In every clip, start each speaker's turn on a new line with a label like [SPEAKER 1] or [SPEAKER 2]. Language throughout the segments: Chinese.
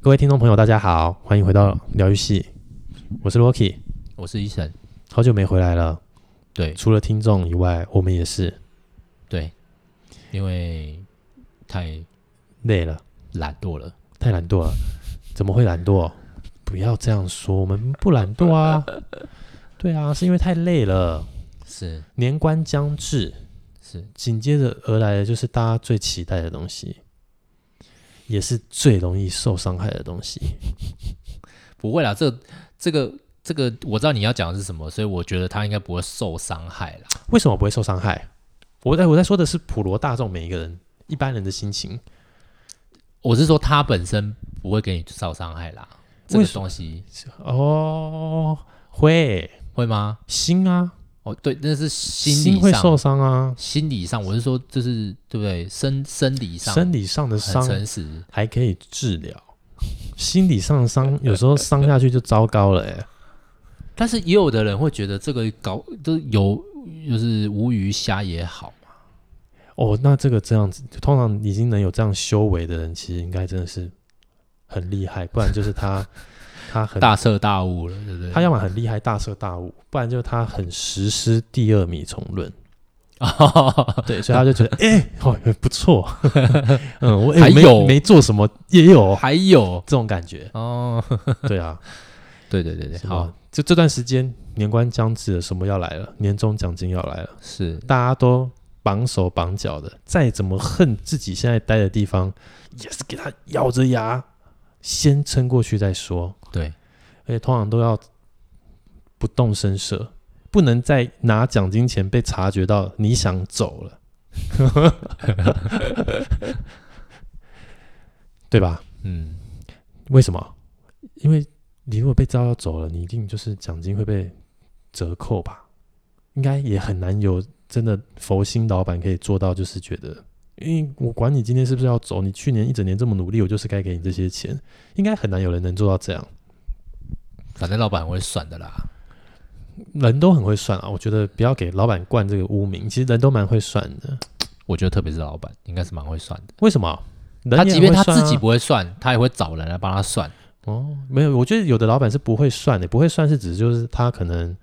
[SPEAKER 1] 各位听众朋友，大家好，欢迎回到疗愈系，我是 Rocky，
[SPEAKER 2] 我是医生，
[SPEAKER 1] 好久没回来了。
[SPEAKER 2] 对
[SPEAKER 1] 除了听众以外，我们也是
[SPEAKER 2] 对，因为太
[SPEAKER 1] 累了，
[SPEAKER 2] 懒惰了，
[SPEAKER 1] 太懒惰了。怎么会懒惰？不要这样说，我们不懒惰啊。 对啊，是因为太累了。
[SPEAKER 2] 是
[SPEAKER 1] 年关将至，
[SPEAKER 2] 是，
[SPEAKER 1] 紧接着而来的就是大家最期待的东西，也是最容易受伤害的东西。
[SPEAKER 2] 不会啦，这这个这个我知道你要讲的是什么，所以我觉得他应该不会受伤害啦。
[SPEAKER 1] 为什么不会受伤害？我在我在说的是普罗大众每一个人一般人的心情。
[SPEAKER 2] 我是说他本身不会给你受伤害啦，这
[SPEAKER 1] 为
[SPEAKER 2] 个
[SPEAKER 1] 什
[SPEAKER 2] 东西
[SPEAKER 1] 哦，会
[SPEAKER 2] 会吗？
[SPEAKER 1] 心啊，
[SPEAKER 2] 哦，对，那是心
[SPEAKER 1] 心
[SPEAKER 2] 理
[SPEAKER 1] 会受
[SPEAKER 2] 上，
[SPEAKER 1] 伤啊，
[SPEAKER 2] 心理上，我是说，就是对不对？生生理上，
[SPEAKER 1] 生理上的伤
[SPEAKER 2] 很诚实，
[SPEAKER 1] 还可以治疗，心理上的 伤有时候伤下去就糟糕了、欸，
[SPEAKER 2] 但是也有的人会觉得这个搞都有，就是无鱼虾也好嘛，
[SPEAKER 1] 哦，那这个这样子，通常已经能有这样修为的人，其实应该真的是很厉害，不然就是 他他很
[SPEAKER 2] 大彻大悟了，对不对？
[SPEAKER 1] 他要么很厉害大彻大悟，不然就是他很实施第二米重论。
[SPEAKER 2] 哦，
[SPEAKER 1] 对，所以他就觉 得，哎、哦，不错，嗯，我、
[SPEAKER 2] 还
[SPEAKER 1] 哎没
[SPEAKER 2] 有
[SPEAKER 1] 没做什么，也有
[SPEAKER 2] 还有
[SPEAKER 1] 这种感觉，
[SPEAKER 2] 哦，
[SPEAKER 1] 对啊，
[SPEAKER 2] 对对对对，
[SPEAKER 1] 是
[SPEAKER 2] 好
[SPEAKER 1] 吧？就这段时间，年关将至了，什么要来了？年终奖金要来了，
[SPEAKER 2] 是
[SPEAKER 1] 大家都绑手绑脚的，再怎么恨自己现在待的地方，也是给他咬着牙先撑过去再说。
[SPEAKER 2] 对，
[SPEAKER 1] 而且通常都要不动声色，不能在拿奖金前被察觉到你想走了， 对吧？
[SPEAKER 2] 嗯，
[SPEAKER 1] 为什么？因为你如果被招要走了，你一定就是奖金会被折扣吧？应该也很难有真的佛心老板可以做到，就是觉得，因为我管你今天是不是要走，你去年一整年这么努力，我就是该给你这些钱，应该很难有人能做到这样。
[SPEAKER 2] 反正老板很会算的啦，
[SPEAKER 1] 人都很会算啊，我觉得不要给老板冠这个污名。其实人都蛮会算的，
[SPEAKER 2] 我觉得特别是老板应该是蛮会算的，
[SPEAKER 1] 为什么？人
[SPEAKER 2] 他
[SPEAKER 1] 也
[SPEAKER 2] 即
[SPEAKER 1] 很
[SPEAKER 2] 便
[SPEAKER 1] 会
[SPEAKER 2] 他
[SPEAKER 1] 算啊
[SPEAKER 2] 自己不会算，他也会找人来帮他算，
[SPEAKER 1] 哦，没有，我觉得有的老板是不会算的，不会算是指就是他可能，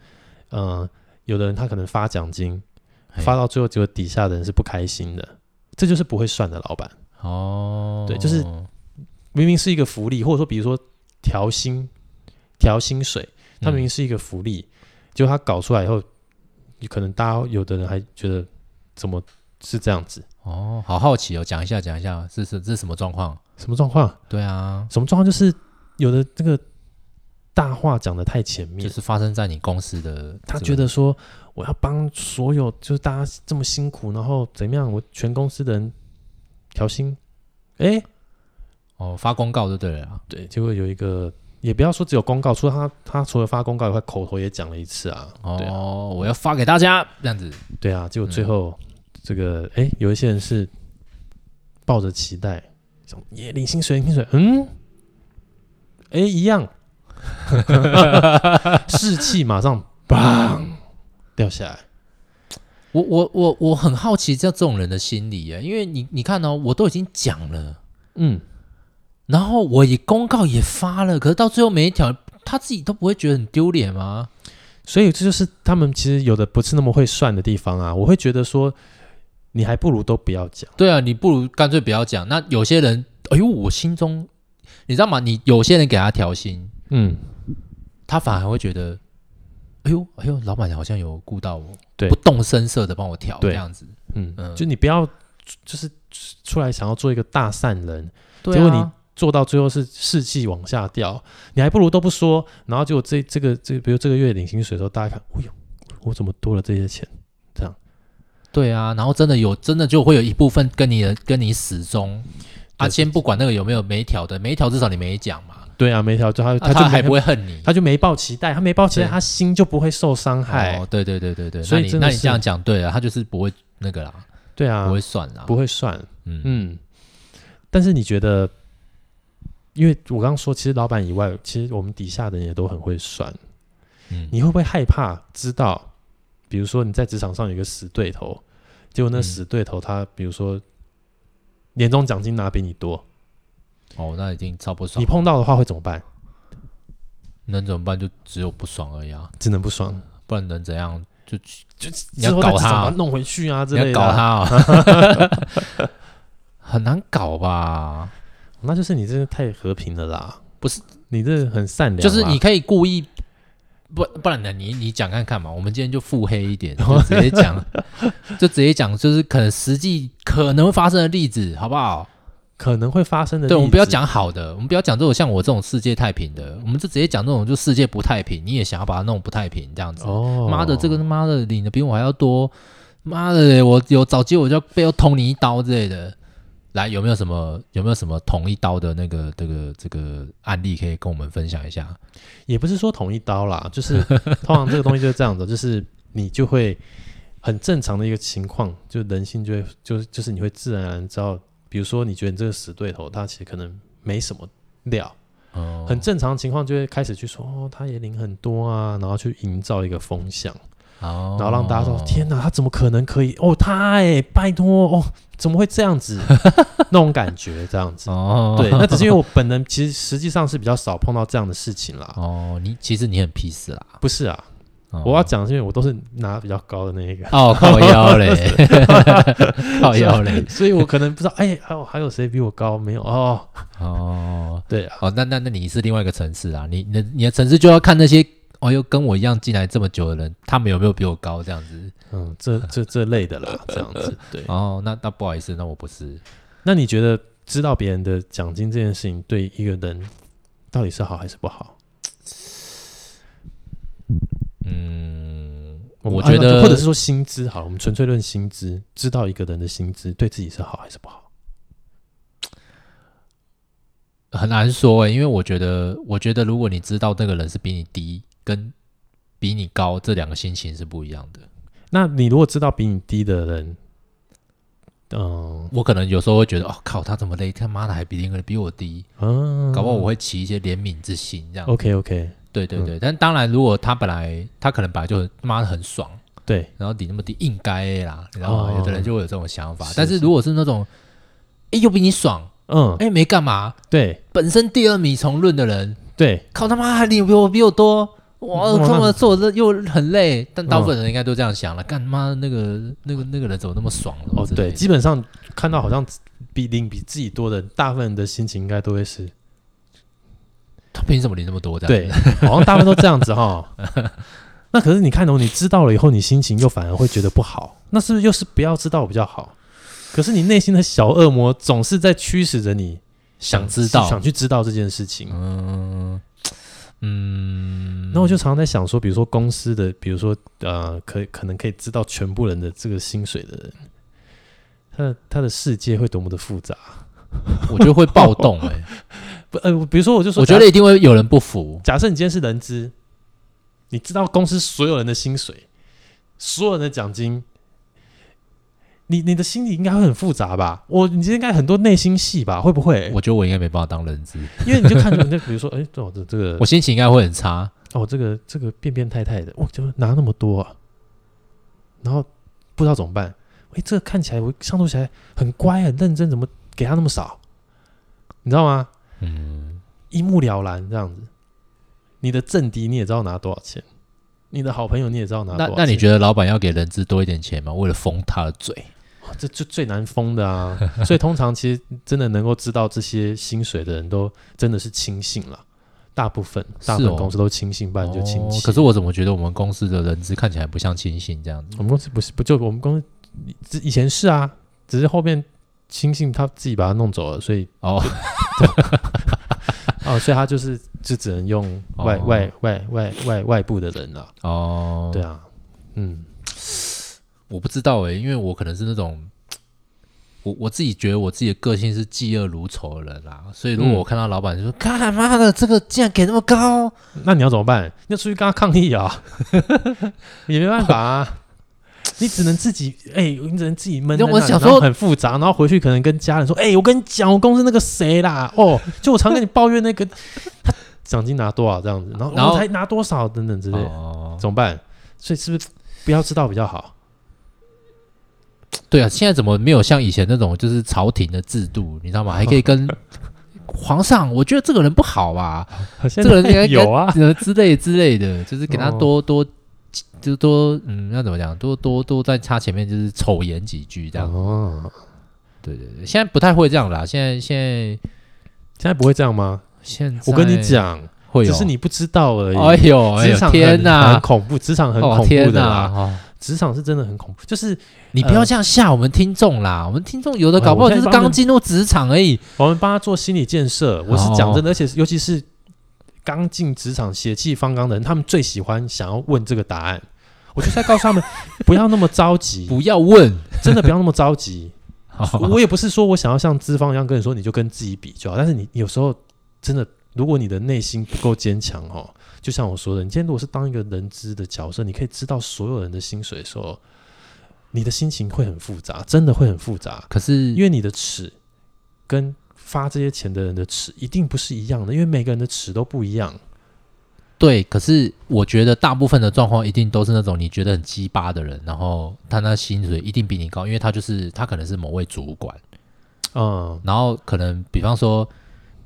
[SPEAKER 1] 呃，有的人他可能发奖金，
[SPEAKER 2] 嘿
[SPEAKER 1] 发到最后结果底下的人是不开心的，这就是不会算的老板。
[SPEAKER 2] 哦，
[SPEAKER 1] 对就是明明是一个福利，或者说比如说调薪、调薪水，它
[SPEAKER 2] 嗯
[SPEAKER 1] 明明是一个福利，结果他搞出来以后，可能大家有的人还觉得怎么是这样子，
[SPEAKER 2] 哦，好好奇哦，讲一下讲一下，这是这是什么状况？
[SPEAKER 1] 什么状况？
[SPEAKER 2] 对啊，
[SPEAKER 1] 什么状况？就是有的这个大话讲的太前面，
[SPEAKER 2] 就是发生在你公司的，
[SPEAKER 1] 他觉得说我要帮所有就是大家这么辛苦，然后怎么样，我全公司的人调薪，哎、
[SPEAKER 2] 哦发公告就对了啊，
[SPEAKER 1] 对，结果有一个。也不要说只有公告，除了他，他除了发公告以外，口头也讲了一次啊。对啊，
[SPEAKER 2] 哦，我要发给大家这样子，
[SPEAKER 1] 对啊，结果最后、这个，哎、有一些人是抱着期待，想耶领薪水，领薪水，嗯，哎、一样， 士气马上砰掉下来。
[SPEAKER 2] 我我我我很好奇这这种人的心理啊，因为你你看哦，我都已经讲了。
[SPEAKER 1] 嗯，
[SPEAKER 2] 然后我也公告也发了，可是到最后每一条他自己都不会觉得很丢脸吗？
[SPEAKER 1] 所以这就是他们其实有的不是那么会算的地方啊。我会觉得说，你还不如都不要讲。
[SPEAKER 2] 对啊，你不如干脆不要讲。那有些人，哎呦，我心中你知道吗？你有些人给他调薪，
[SPEAKER 1] 嗯，
[SPEAKER 2] 他反而会觉得，哎呦哎呦，老板好像有顾到我，
[SPEAKER 1] 对
[SPEAKER 2] 不动声色的帮我调
[SPEAKER 1] 对
[SPEAKER 2] 这样子。
[SPEAKER 1] 嗯，
[SPEAKER 2] 嗯
[SPEAKER 1] 就你不要就是出来想要做一个大善人，
[SPEAKER 2] 对
[SPEAKER 1] 结
[SPEAKER 2] 啊，
[SPEAKER 1] 果你做到最后是士气往下掉，你还不如都不说，然后结果这这个这比如这个月领薪水的时候，大家看，哎呦，我怎么多了这些钱？
[SPEAKER 2] 对啊，然后真的有真的就会有一部分跟你的跟你始终啊，
[SPEAKER 1] 对
[SPEAKER 2] 先不管那个有没有没调的，没调至少你没讲嘛，
[SPEAKER 1] 对啊，没调就他
[SPEAKER 2] 啊
[SPEAKER 1] 就
[SPEAKER 2] 他
[SPEAKER 1] 没
[SPEAKER 2] 还不会恨你。
[SPEAKER 1] 他就没抱期待，他没抱期待，
[SPEAKER 2] 对
[SPEAKER 1] 他心就不会受伤害。
[SPEAKER 2] 哦，对对对对对，
[SPEAKER 1] 所以
[SPEAKER 2] 那你
[SPEAKER 1] 真的
[SPEAKER 2] 那你
[SPEAKER 1] 是
[SPEAKER 2] 这样讲对了，他就是不会那个啦，
[SPEAKER 1] 对啊，
[SPEAKER 2] 不会算啦，
[SPEAKER 1] 不会算，
[SPEAKER 2] 嗯，
[SPEAKER 1] 嗯，但是你觉得，因为我刚刚说，其实老板以外，其实我们底下的人也都很会算。
[SPEAKER 2] 嗯
[SPEAKER 1] 你会不会害怕知道，比如说你在职场上有一个死对头，结果那
[SPEAKER 2] 嗯
[SPEAKER 1] 死对头他，比如说年终奖金拿比你多，
[SPEAKER 2] 哦，那已经超不嗯爽
[SPEAKER 1] 你，碰到的话会怎么办？
[SPEAKER 2] 能怎么办？就只有不爽而已啊，
[SPEAKER 1] 只能不爽，
[SPEAKER 2] 不然能怎样？就去你
[SPEAKER 1] 之
[SPEAKER 2] 要
[SPEAKER 1] 后再
[SPEAKER 2] 搞
[SPEAKER 1] 怎
[SPEAKER 2] 他
[SPEAKER 1] 么
[SPEAKER 2] 啊
[SPEAKER 1] 弄回去啊之
[SPEAKER 2] 你
[SPEAKER 1] 类的
[SPEAKER 2] 要
[SPEAKER 1] 啊。
[SPEAKER 2] 搞他哦， 很难搞吧？
[SPEAKER 1] 那就是你真的太和平了啦，
[SPEAKER 2] 不是？
[SPEAKER 1] 你这很善良啦，
[SPEAKER 2] 就是你可以故意。不，不然呢？你你讲看看嘛。我们今天就腹黑一点，就直 接讲，就直接讲，就是可能实际可能会发生的例子，好不好？
[SPEAKER 1] 可能会发生的。
[SPEAKER 2] 对，我们不要，讲好的，我们不要讲这种像我这种世界太平的，我们就直接讲这种就世界不太平，你也想要把它弄不太平这样子。
[SPEAKER 1] 哦，
[SPEAKER 2] 妈的，这个他妈的领的比我还要多，妈的，我有早接我就要背后捅你一刀之类的。来，有没有什么有没有什么捅一刀的那个这个这个案例可以跟我们分享一下？
[SPEAKER 1] 也不是说捅一刀啦，就是通常这个东西就是这样子，就是你就会很正常的一个情况，就人性就会就就是你会自然而然知道，比如说你觉得你这个死对头，他其实可能没什么料，
[SPEAKER 2] 哦，
[SPEAKER 1] 很正常的情况就会开始去说哦，他也领很多啊，然后去营造一个风向。
[SPEAKER 2] 哦，
[SPEAKER 1] 然后让大家说：“天哪，他怎么可能可以？哦，他哎、拜托哦，怎么会这样子？ 那种感觉，这样子。
[SPEAKER 2] 哦，
[SPEAKER 1] 对，那只是因为我本人其实实际上是比较少碰到这样的事情啦。
[SPEAKER 2] 哦，你其实你很 peace 啦。
[SPEAKER 1] 不是啊，
[SPEAKER 2] 哦
[SPEAKER 1] 我要讲的是因为我都是拿比较高的那一个，
[SPEAKER 2] 哦靠 腰嘞，靠腰哦嘞，
[SPEAKER 1] 所以我可能不知道，哎、还有还有谁比我高？没有哦，
[SPEAKER 2] 哦。
[SPEAKER 1] 对啊，
[SPEAKER 2] 哦，那那那你是另外一个层次啊，你你的你的层次就要看那些哦，又跟我一样进来这么久的人，他们有没有比我高这样子？
[SPEAKER 1] 嗯，这这这类的啦，这样 子。对，
[SPEAKER 2] 哦，那那不好意思，那我不是。
[SPEAKER 1] 那你觉得知道别人的奖金这件事情，对一个人到底是好还是不好？
[SPEAKER 2] 嗯，
[SPEAKER 1] 我们啊
[SPEAKER 2] 我觉得
[SPEAKER 1] 或者是说薪资好了，我们纯粹论薪资，知道一个人的薪资对自己是好还是不好？
[SPEAKER 2] 很难说诶、欸因为我觉得，我觉得如果你知道那个人是比你低跟比你高，这两个心情是不一样的。
[SPEAKER 1] 那你如果知道比你低的人，嗯、
[SPEAKER 2] 我可能有时候会觉得，哦靠，他怎么累？他妈的还比那个人比我低，
[SPEAKER 1] 嗯、
[SPEAKER 2] 搞不好我会起一些怜悯之心这样。
[SPEAKER 1] OK 嗯 OK，
[SPEAKER 2] 对对对，但当然，如果他本来他可能本来就很妈的很爽，
[SPEAKER 1] 对，
[SPEAKER 2] 然后你那么低应该啦，你知道吗？
[SPEAKER 1] 哦
[SPEAKER 2] 有的人就会有这种想法。
[SPEAKER 1] 是
[SPEAKER 2] 但是如果是那种，哎、又比你爽，
[SPEAKER 1] 嗯，
[SPEAKER 2] 哎、没干嘛，
[SPEAKER 1] 对
[SPEAKER 2] 本身第二名从论的人，
[SPEAKER 1] 对，
[SPEAKER 2] 靠他妈你比我比我多，哇，
[SPEAKER 1] 嗯
[SPEAKER 2] 这
[SPEAKER 1] 那
[SPEAKER 2] 么做这又很累。
[SPEAKER 1] 嗯
[SPEAKER 2] 但大部分人应该都这样想了，干妈那个那个那个人怎么那么爽？啊什么
[SPEAKER 1] 哦
[SPEAKER 2] 之类
[SPEAKER 1] 对，
[SPEAKER 2] 的
[SPEAKER 1] 基本上看到好像比领比自己多的人，大部分人的心情应该都会是
[SPEAKER 2] 他凭什么领那么多？这样
[SPEAKER 1] 对，好像大部分都这样子哈。 那可是你看哦，你知道了以后，你心情又反而会觉得不好，那是不是又是不要知道比较好？可是你内心的小恶魔总是在驱使着你
[SPEAKER 2] 想知道，
[SPEAKER 1] 想去知道这件事情。
[SPEAKER 2] 嗯嗯，
[SPEAKER 1] 那我就常常在想说，比如说公司的，比如说呃，可可能可以知道全部人的这个薪水的人，他的他的世界会多么的复杂。
[SPEAKER 2] 我觉得会暴 动哎、
[SPEAKER 1] 不呃，比如说我就说，
[SPEAKER 2] 我觉得一定会有人不服。
[SPEAKER 1] 假设你今天是人资，你知道公司所有人的薪水，所有人的奖金，你你的心里应该会很复杂吧？我你今天应该很多内心戏吧？会不会？
[SPEAKER 2] 我觉得我应该没办法当人质，
[SPEAKER 1] 因为你就看着人家，比如说，哎、哦，这这个
[SPEAKER 2] 我，心情应该会很差。
[SPEAKER 1] 哦，这个这个变变态态的，我、哦、怎么拿那么多啊？然后不知道怎么办。哎、这个看起来我相处起来很乖很认真，怎么给他那么少？你知道吗？
[SPEAKER 2] 嗯，
[SPEAKER 1] 一目了然这样子。你的政敌你也知道拿多少钱，你的好朋友你也知道拿多
[SPEAKER 2] 那
[SPEAKER 1] 少钱。
[SPEAKER 2] 那你觉得老板要给人质多一点钱吗？为了封他的嘴？
[SPEAKER 1] 哇这就最难封的啊！所以通常其实真的能够知道这些薪水的人都真的是轻信了，大部分大部
[SPEAKER 2] 是
[SPEAKER 1] 分
[SPEAKER 2] 哦
[SPEAKER 1] 公司都轻信，不然就轻信。
[SPEAKER 2] 可是我怎么觉得我们公司的人质看起来不像亲信这样子
[SPEAKER 1] 我？们公司不是不就我们公司只以前是啊，只是后面轻信他自己把他弄走了，所以
[SPEAKER 2] 哦，
[SPEAKER 1] 哦，所以他就是就只能用外、
[SPEAKER 2] 哦
[SPEAKER 1] 外外外外外部的人了。
[SPEAKER 2] 哦，
[SPEAKER 1] 对，啊，嗯，
[SPEAKER 2] 我不知道诶、因为我可能是那种，我我自己觉得我自己的个性是嫉恶如仇的人啦、所以如
[SPEAKER 1] 嗯
[SPEAKER 2] 果我看到老板就说：“干、妈的，这个竟然给那么高，
[SPEAKER 1] 那你要怎么办？你要出去跟他抗议啊， 也没办法啊。你只能自己，哎、你只能自己闷在那里。
[SPEAKER 2] 那我想
[SPEAKER 1] 然后
[SPEAKER 2] 说
[SPEAKER 1] 很复杂，然后回去可能跟家人说，哎、我跟你讲，我公司那个谁啦，哦，就我常跟你抱怨那个，他奖金拿多少这样子，然后
[SPEAKER 2] 然后
[SPEAKER 1] 哦才拿多少等等之类的，
[SPEAKER 2] 哦，
[SPEAKER 1] 怎么办？所以是不是不要知道比较 好？
[SPEAKER 2] 对啊，现在怎么没有像以前那种就是朝廷的制度，你知道吗？还可以跟皇上，我觉得这个人不好啊吧，
[SPEAKER 1] 好像
[SPEAKER 2] 这个人应该
[SPEAKER 1] 有啊，
[SPEAKER 2] 呃之类之类的，就是给他
[SPEAKER 1] 哦
[SPEAKER 2] 多多就多嗯，要怎么讲，多多多在他前面就是丑言几句这样。
[SPEAKER 1] 哦，
[SPEAKER 2] 对对对，现在不太会这样啦，现在现在
[SPEAKER 1] 现在不会这样吗？
[SPEAKER 2] 现在
[SPEAKER 1] 我跟你讲，
[SPEAKER 2] 会有，
[SPEAKER 1] 只是你不知道而
[SPEAKER 2] 哎
[SPEAKER 1] 已。
[SPEAKER 2] 呦哎
[SPEAKER 1] 职
[SPEAKER 2] 呦
[SPEAKER 1] 场
[SPEAKER 2] 天
[SPEAKER 1] 很
[SPEAKER 2] 哪
[SPEAKER 1] 很，恐怖，职场很
[SPEAKER 2] 哦
[SPEAKER 1] 恐怖
[SPEAKER 2] 天
[SPEAKER 1] 的
[SPEAKER 2] 哪
[SPEAKER 1] 啦，
[SPEAKER 2] 哦
[SPEAKER 1] 职场是真的很恐怖。就是
[SPEAKER 2] 你不要这样吓我们听众啦，我们听众有的
[SPEAKER 1] 呃哎
[SPEAKER 2] 搞不好
[SPEAKER 1] 我
[SPEAKER 2] 就
[SPEAKER 1] 现在
[SPEAKER 2] 是
[SPEAKER 1] 帮他
[SPEAKER 2] 刚
[SPEAKER 1] 们
[SPEAKER 2] 进入职场而已。
[SPEAKER 1] 我们帮他做心理建设，我是讲
[SPEAKER 2] 哦
[SPEAKER 1] 真的，而且尤其是刚进职场血气方刚的人，他们最喜欢想要问这个答案。我就在告诉他们， 不要那么着急，
[SPEAKER 2] 不要问，
[SPEAKER 1] 真的不要那么着急。
[SPEAKER 2] 好
[SPEAKER 1] 我也不是说我想要像资方一样跟你说，你就跟自己比就好。但是你有时候真的，如果你的内心不够坚强哦，就像我说的，你今天如果是当一个人资的角色，你可以知道所有人的薪水的时候，你的心情会很复杂，真的会很复杂，
[SPEAKER 2] 可是
[SPEAKER 1] 因为你的尺跟发这些钱的人的尺一定不是一样的，因为每个人的尺都不一样。
[SPEAKER 2] 对，可是我觉得大部分的状况一定都是那种你觉得很鸡巴的人，然后他那薪水一定比你高，因为他就是他可能是某位主管，
[SPEAKER 1] 嗯，
[SPEAKER 2] 然后可能比方说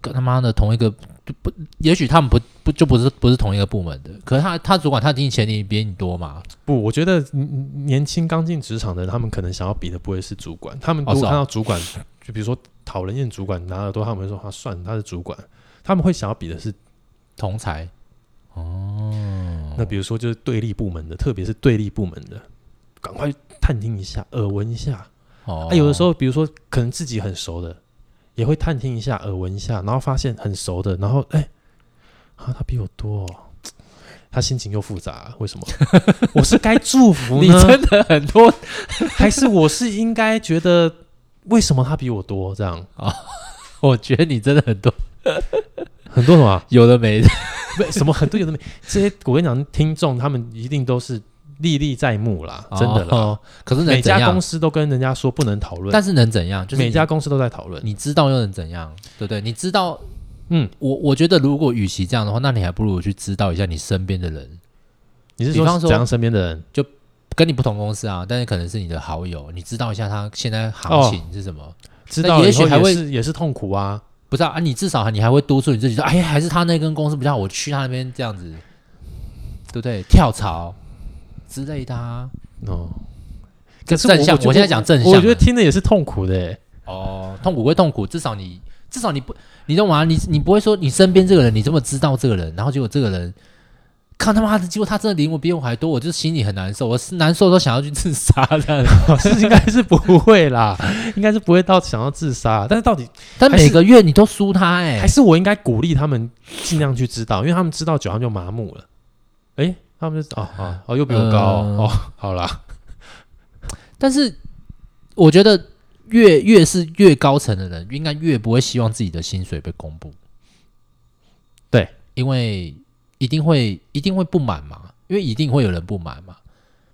[SPEAKER 2] 跟他妈的同一个就不，也许他们不不就不是不是同一个部门的，可是他他主管他一定钱你比你多嘛，
[SPEAKER 1] 不，我觉得嗯年轻刚进职场的人，他们可能想要比的不会是主管，他们
[SPEAKER 2] 哦
[SPEAKER 1] 如
[SPEAKER 2] 是
[SPEAKER 1] 果
[SPEAKER 2] 哦
[SPEAKER 1] 看到主管，就比如说讨人厌主管拿得多，他们会说他算了他是主管，他们会想要比的是、
[SPEAKER 2] 同才哦
[SPEAKER 1] 那比如说就是对立部门的，特别是对立部门的，赶快探听一下，耳闻一下。
[SPEAKER 2] 哦、
[SPEAKER 1] 啊，有的时候比如说可能自己很熟的，也会探听一下，耳闻一下，然后发现很熟的，然后哎、啊他比我多、哦，他心情又复杂，啊为 什么？我是该祝福
[SPEAKER 2] 你
[SPEAKER 1] 呢？
[SPEAKER 2] 真的很多
[SPEAKER 1] 还是我是应该觉得为什么他比我多这样？
[SPEAKER 2] 我觉得你真的很多，
[SPEAKER 1] 很多什么啊
[SPEAKER 2] 有的没的。
[SPEAKER 1] 不什么很多有的没这些，我跟你讲，听众他们一定都是历历在目啦，真的啦。
[SPEAKER 2] 哦可是
[SPEAKER 1] 每
[SPEAKER 2] 能怎
[SPEAKER 1] 家公
[SPEAKER 2] 样？
[SPEAKER 1] 司都跟人家说不能讨论，
[SPEAKER 2] 但是能怎样？就是
[SPEAKER 1] 每
[SPEAKER 2] 你
[SPEAKER 1] 家公司都在讨论。
[SPEAKER 2] 你知道又能怎样？对不对？你知道，
[SPEAKER 1] 嗯，
[SPEAKER 2] 我我觉得如果与其这样的话，那你还不如去知道一下你身边的人，
[SPEAKER 1] 你是
[SPEAKER 2] 比方
[SPEAKER 1] 说
[SPEAKER 2] 说
[SPEAKER 1] 怎样身边的人？
[SPEAKER 2] 跟你不同公司啊，但是可能是你的好友，你知道一下他现在行
[SPEAKER 1] 哦
[SPEAKER 2] 情是什么？
[SPEAKER 1] 知道了
[SPEAKER 2] 也
[SPEAKER 1] 以后
[SPEAKER 2] 许还会
[SPEAKER 1] 也是也是痛苦啊。
[SPEAKER 2] 不是啊，啊你至少你还会督促你自己说，哎，还是他那跟公司比较好，我去他那边这样子，对不对？跳槽之类的啊。
[SPEAKER 1] 哦，
[SPEAKER 2] 这
[SPEAKER 1] 可是我
[SPEAKER 2] 正向
[SPEAKER 1] 我觉得
[SPEAKER 2] 我现在讲正向啊
[SPEAKER 1] 我觉得听的也是痛苦的欸。
[SPEAKER 2] 哦，痛苦归痛苦，至少你至少你不，你懂吗？你你不会说你身边这个人，你这么知道这个人，然后结果这个人，看他妈的，结果他真的离我比我还多，我就心里很难受，我是难受都想要去自杀这样。
[SPEAKER 1] 是应该是不会啦，应该是不会到想要自杀。但是到底
[SPEAKER 2] 但
[SPEAKER 1] 还是
[SPEAKER 2] 每个月你都输他哎、
[SPEAKER 1] 还是我应该鼓励他们尽量去知道，因为他们知道久，他们就麻木了。诶，他们就哦哦哦，又比我高
[SPEAKER 2] 嗯
[SPEAKER 1] 哦，哦好啦，
[SPEAKER 2] 但是我觉得越越是越高层的人，应该越不会希望自己的薪水被公布。
[SPEAKER 1] 对，
[SPEAKER 2] 因为一定会一定会不满嘛，因为一定会有人不满嘛。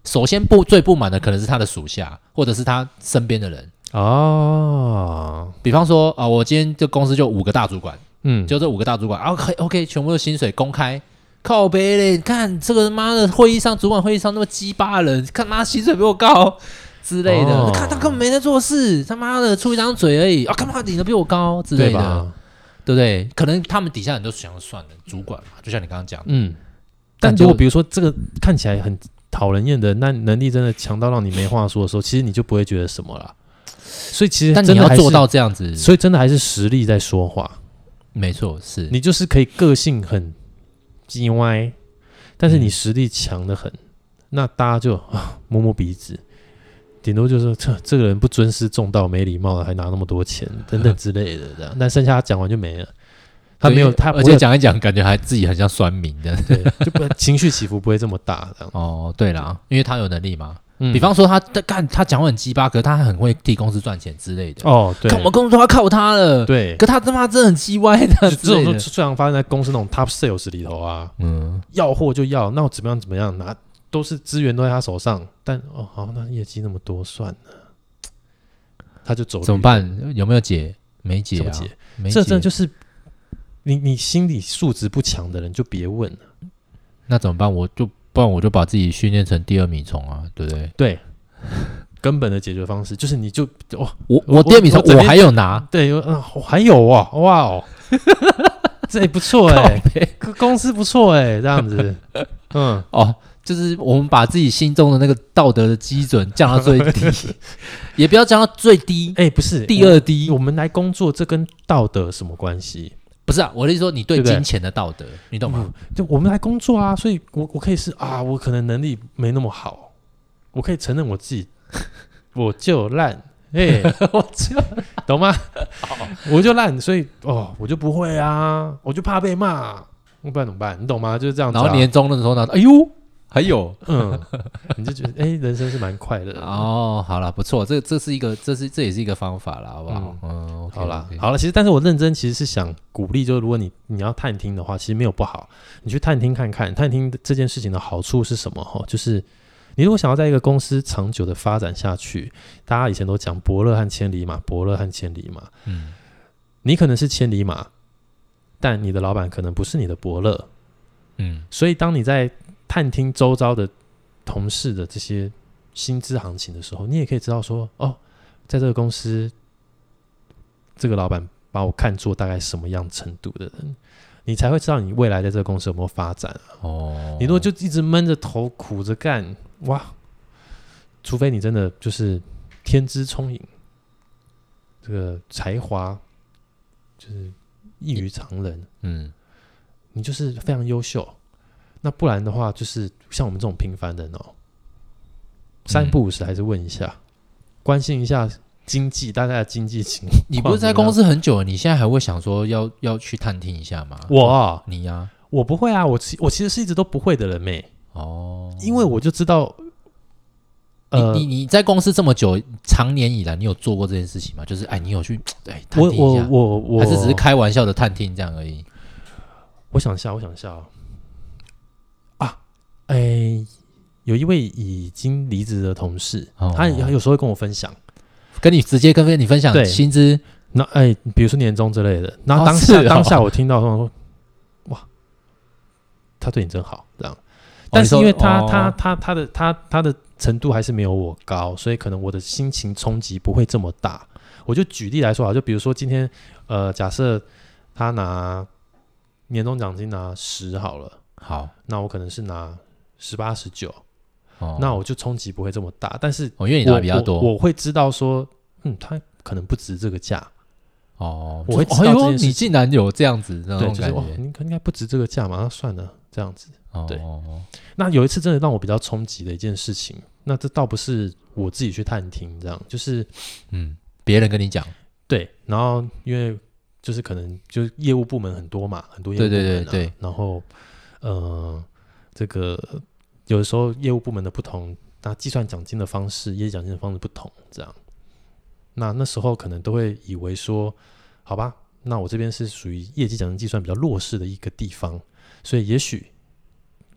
[SPEAKER 2] 首先不最不满的可能是他的属下，或者是他身边的人。
[SPEAKER 1] 哦，
[SPEAKER 2] 比方说啊、我今天这公司就五个大主管，
[SPEAKER 1] 嗯，
[SPEAKER 2] 就这五个大主管啊，OK OK，全部的薪水公开。靠背嘞，看这个妈的会议上主管会议上那么鸡巴的人，看妈薪水比我高之类的，
[SPEAKER 1] 哦
[SPEAKER 2] 看他根本没在做事，他妈的出一张嘴而已啊，干嘛领的比我高之类
[SPEAKER 1] 对
[SPEAKER 2] 的，
[SPEAKER 1] 吧？
[SPEAKER 2] 对不对？可能他们底下人都想算了，主管嘛，就像你刚刚讲的，
[SPEAKER 1] 嗯，但
[SPEAKER 2] 感觉
[SPEAKER 1] 如果比如说这个看起来很讨人厌的，那能力真的强到让你没话说的时候，其实你就不会觉得什么啦。所以其实
[SPEAKER 2] 但你
[SPEAKER 1] 真的
[SPEAKER 2] 要
[SPEAKER 1] 还是
[SPEAKER 2] 做，到这样子，
[SPEAKER 1] 所以真的还是实力在说话。
[SPEAKER 2] 没错，是
[SPEAKER 1] 你就是可以个性很叽歪，但
[SPEAKER 2] 嗯
[SPEAKER 1] 是你实力强的很，那大家就 啊摸摸鼻子，顶多就是这这个人不尊师重道、没礼貌的，还拿那么多 钱等等之类的这样。但剩下他讲完就没了，他没有
[SPEAKER 2] 对
[SPEAKER 1] 他
[SPEAKER 2] 而
[SPEAKER 1] 不会
[SPEAKER 2] 且讲一讲，感觉还自己很像酸民 的
[SPEAKER 1] 对，就不情绪起伏不会这么大这样。
[SPEAKER 2] 哦。对啦，因为他有能力嘛，
[SPEAKER 1] 嗯
[SPEAKER 2] 比方说他他干他讲话很鸡巴，可是他很会替公司赚钱之类的。
[SPEAKER 1] 哦，对
[SPEAKER 2] 看我们公司都要靠他了，
[SPEAKER 1] 对，
[SPEAKER 2] 可他他妈真的很鸡歪的
[SPEAKER 1] 就
[SPEAKER 2] 之
[SPEAKER 1] 这
[SPEAKER 2] 类
[SPEAKER 1] 种就
[SPEAKER 2] 的。
[SPEAKER 1] 最常发生在公司那种 top sales 里头啊，
[SPEAKER 2] 嗯，
[SPEAKER 1] 要货就要，那我怎么样怎么样拿，都是资源都在他手上。但哦，好，那业绩那么多，算了，他就走
[SPEAKER 2] 怎么
[SPEAKER 1] 绿
[SPEAKER 2] 办？有没有解？没解
[SPEAKER 1] 怎么
[SPEAKER 2] 啊，
[SPEAKER 1] 解？
[SPEAKER 2] 没
[SPEAKER 1] 这真的
[SPEAKER 2] 解
[SPEAKER 1] 就是你你心理素质不强的人就别问了。
[SPEAKER 2] 那怎么办？我就不然我就把自己训练成第二米虫啊，对不对？
[SPEAKER 1] 对，根本的解决方式就是你就哦，
[SPEAKER 2] 我
[SPEAKER 1] 我
[SPEAKER 2] 我第二米虫
[SPEAKER 1] 我整
[SPEAKER 2] 我
[SPEAKER 1] 天
[SPEAKER 2] 还有拿，
[SPEAKER 1] 对，有啊，还有哇哇哦， 这也不错哎、公公司不错哎、这样子， 嗯，
[SPEAKER 2] 哦，就是我们把自己心中的那个道德的基准降到最 低，也不要降到最低，
[SPEAKER 1] 哎、不是
[SPEAKER 2] 第，二低
[SPEAKER 1] 我我们来工作，这跟道德什么关系？
[SPEAKER 2] 不是啊，我的意思说你对嗯
[SPEAKER 1] 对不对
[SPEAKER 2] 金钱的道德，你懂吗？
[SPEAKER 1] 就我们来工作啊，所以我我可以是啊，我可能能力没那么好，我可以承认我自 己，我就烂，哎、
[SPEAKER 2] 我就哦
[SPEAKER 1] 懂吗？我就烂，所以哦，我就不会啊，我就怕被骂，不然怎么办？你懂吗？就是这样子、
[SPEAKER 2] 然
[SPEAKER 1] 啊。
[SPEAKER 2] 后年终的时候呢，哎呦，还有
[SPEAKER 1] 嗯，你就觉得哎、人生是蛮快乐的。
[SPEAKER 2] 哦，好了，不错，这这是一个，这是这也是一个方法啦，好不好？嗯，
[SPEAKER 1] 好啦
[SPEAKER 2] OK，OK
[SPEAKER 1] 好了，其实但是我认真其实是想鼓励，就是如果你你要探听的话，其实没有不好，你去探听看看，探听这件事情的好处是什么？哈，就是你如果想要在一个公司长久的发展下去，大家以前都讲伯乐和千里马，伯乐和千里马，
[SPEAKER 2] 嗯，
[SPEAKER 1] 你可能是千里马，但你的老板可能不是你的伯乐，
[SPEAKER 2] 嗯
[SPEAKER 1] 所以当你在探听周遭的同事的这些薪资行情的时候，你也可以知道说，哦，在这个公司，这个老板把我看作大概什么样程度的人，你才会知道你未来在这个公司有没有发展啊、
[SPEAKER 2] 哦，
[SPEAKER 1] 你如果就一直闷着头苦着干，哇，除非你真的就是天资聪颖，这个才华就是异于常人，
[SPEAKER 2] 嗯
[SPEAKER 1] 你就是非常优秀。那不然的话，就是像我们这种平凡人哦，三不五时还是问一下，关心一下经济，大家的经济情况。
[SPEAKER 2] 你不是在公司很久了，你现在还会想说要要去探听一下吗？
[SPEAKER 1] 我啊
[SPEAKER 2] 你呀、
[SPEAKER 1] 我不会啊，我其我其实是一直都不会的人妹，
[SPEAKER 2] 哦，
[SPEAKER 1] 因为我就知道，呃
[SPEAKER 2] 你，你你在公司这么久，常年以来，你有做过这件事情吗？就是哎，你有去哎探
[SPEAKER 1] 我
[SPEAKER 2] 听一
[SPEAKER 1] 我
[SPEAKER 2] 下，
[SPEAKER 1] 我我，
[SPEAKER 2] 还是只是开玩笑的探听这样而已？
[SPEAKER 1] 我想一下，我想一下哦啊，哎、有一位已经离职的同事，
[SPEAKER 2] 哦
[SPEAKER 1] 他有时候会跟我分享。
[SPEAKER 2] 跟你直接跟跟你分享
[SPEAKER 1] 对
[SPEAKER 2] 薪资，
[SPEAKER 1] 那哎、比如说年终之类的，然后
[SPEAKER 2] 哦
[SPEAKER 1] 当下、
[SPEAKER 2] 是哦
[SPEAKER 1] 当下我听到他说，哇，他对你真好这样，但
[SPEAKER 2] 哦你
[SPEAKER 1] 是
[SPEAKER 2] 说
[SPEAKER 1] 因为他、
[SPEAKER 2] 哦
[SPEAKER 1] 他他他的他他的程度还是没有我高，所以可能我的心情冲击不会这么大。我就举例来说啊，就比如说今天呃，假设他拿年终奖金拿十好了，
[SPEAKER 2] 好，
[SPEAKER 1] 那我可能是拿十八十九，
[SPEAKER 2] 哦，
[SPEAKER 1] 那我就冲击不会这么大，但是
[SPEAKER 2] 哦，因为你拿
[SPEAKER 1] 我
[SPEAKER 2] 的比较多，
[SPEAKER 1] 我，我会知道说，嗯，他可能不值这个价。
[SPEAKER 2] 哦，
[SPEAKER 1] 我会
[SPEAKER 2] 就
[SPEAKER 1] 知道
[SPEAKER 2] 哎
[SPEAKER 1] 这
[SPEAKER 2] 呦，
[SPEAKER 1] 件事
[SPEAKER 2] 你竟然有这样子那
[SPEAKER 1] 对，
[SPEAKER 2] 种
[SPEAKER 1] 就是
[SPEAKER 2] 感
[SPEAKER 1] 哦，
[SPEAKER 2] 觉，
[SPEAKER 1] 你可应该不值这个价嘛，那算了，这样子。
[SPEAKER 2] 哦，
[SPEAKER 1] 对
[SPEAKER 2] 哦
[SPEAKER 1] 那有一次真的让我比较冲击的一件事情，那这倒不是我自己去探听，这样就是
[SPEAKER 2] 嗯，别人跟你讲，
[SPEAKER 1] 对，然后因为就是可能就是业务部门很多嘛，很多业务
[SPEAKER 2] 对
[SPEAKER 1] 部
[SPEAKER 2] 对
[SPEAKER 1] 门、啊、
[SPEAKER 2] 对对
[SPEAKER 1] 然后呃，这个有的时候业务部门的不同，那计算奖金的方式、业绩奖金的方式不同，这样。那那时候可能都会以为说，好吧，那我这边是属于业绩奖金计算比较弱势的一个地方，所以也许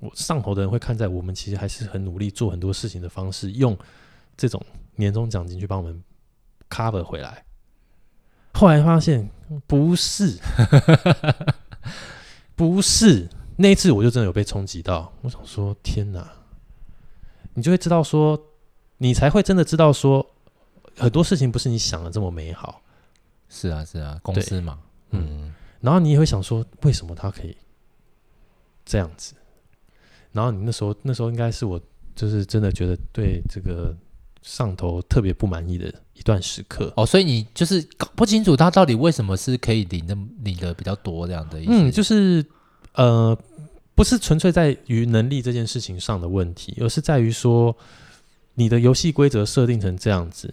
[SPEAKER 1] 我上头的人会看在我们其实还是很努力做很多事情的方式，用这种年终奖金去帮我们 cover 回来。后来发现不是， 不是那一次我就真的有被冲击到，我想说天哪，你就会知道说，你才会真的知道说，很多事情不是你想的这么美好，
[SPEAKER 2] 是啊是啊，公
[SPEAKER 1] 对
[SPEAKER 2] 司嘛，
[SPEAKER 1] 嗯
[SPEAKER 2] 嗯，
[SPEAKER 1] 然后你也会想说，为什么他可以这样子？然后你那时候那时候应该是我就是真的觉得对这个上头特别不满意的一段时刻。
[SPEAKER 2] 哦，所以你就是搞不清楚他到底为什么是可以领那么领的比较多这样的意思，
[SPEAKER 1] 嗯，就是呃，不是纯粹在于能力这件事情上的问题，而是在于说你的游戏规则设定成这样子，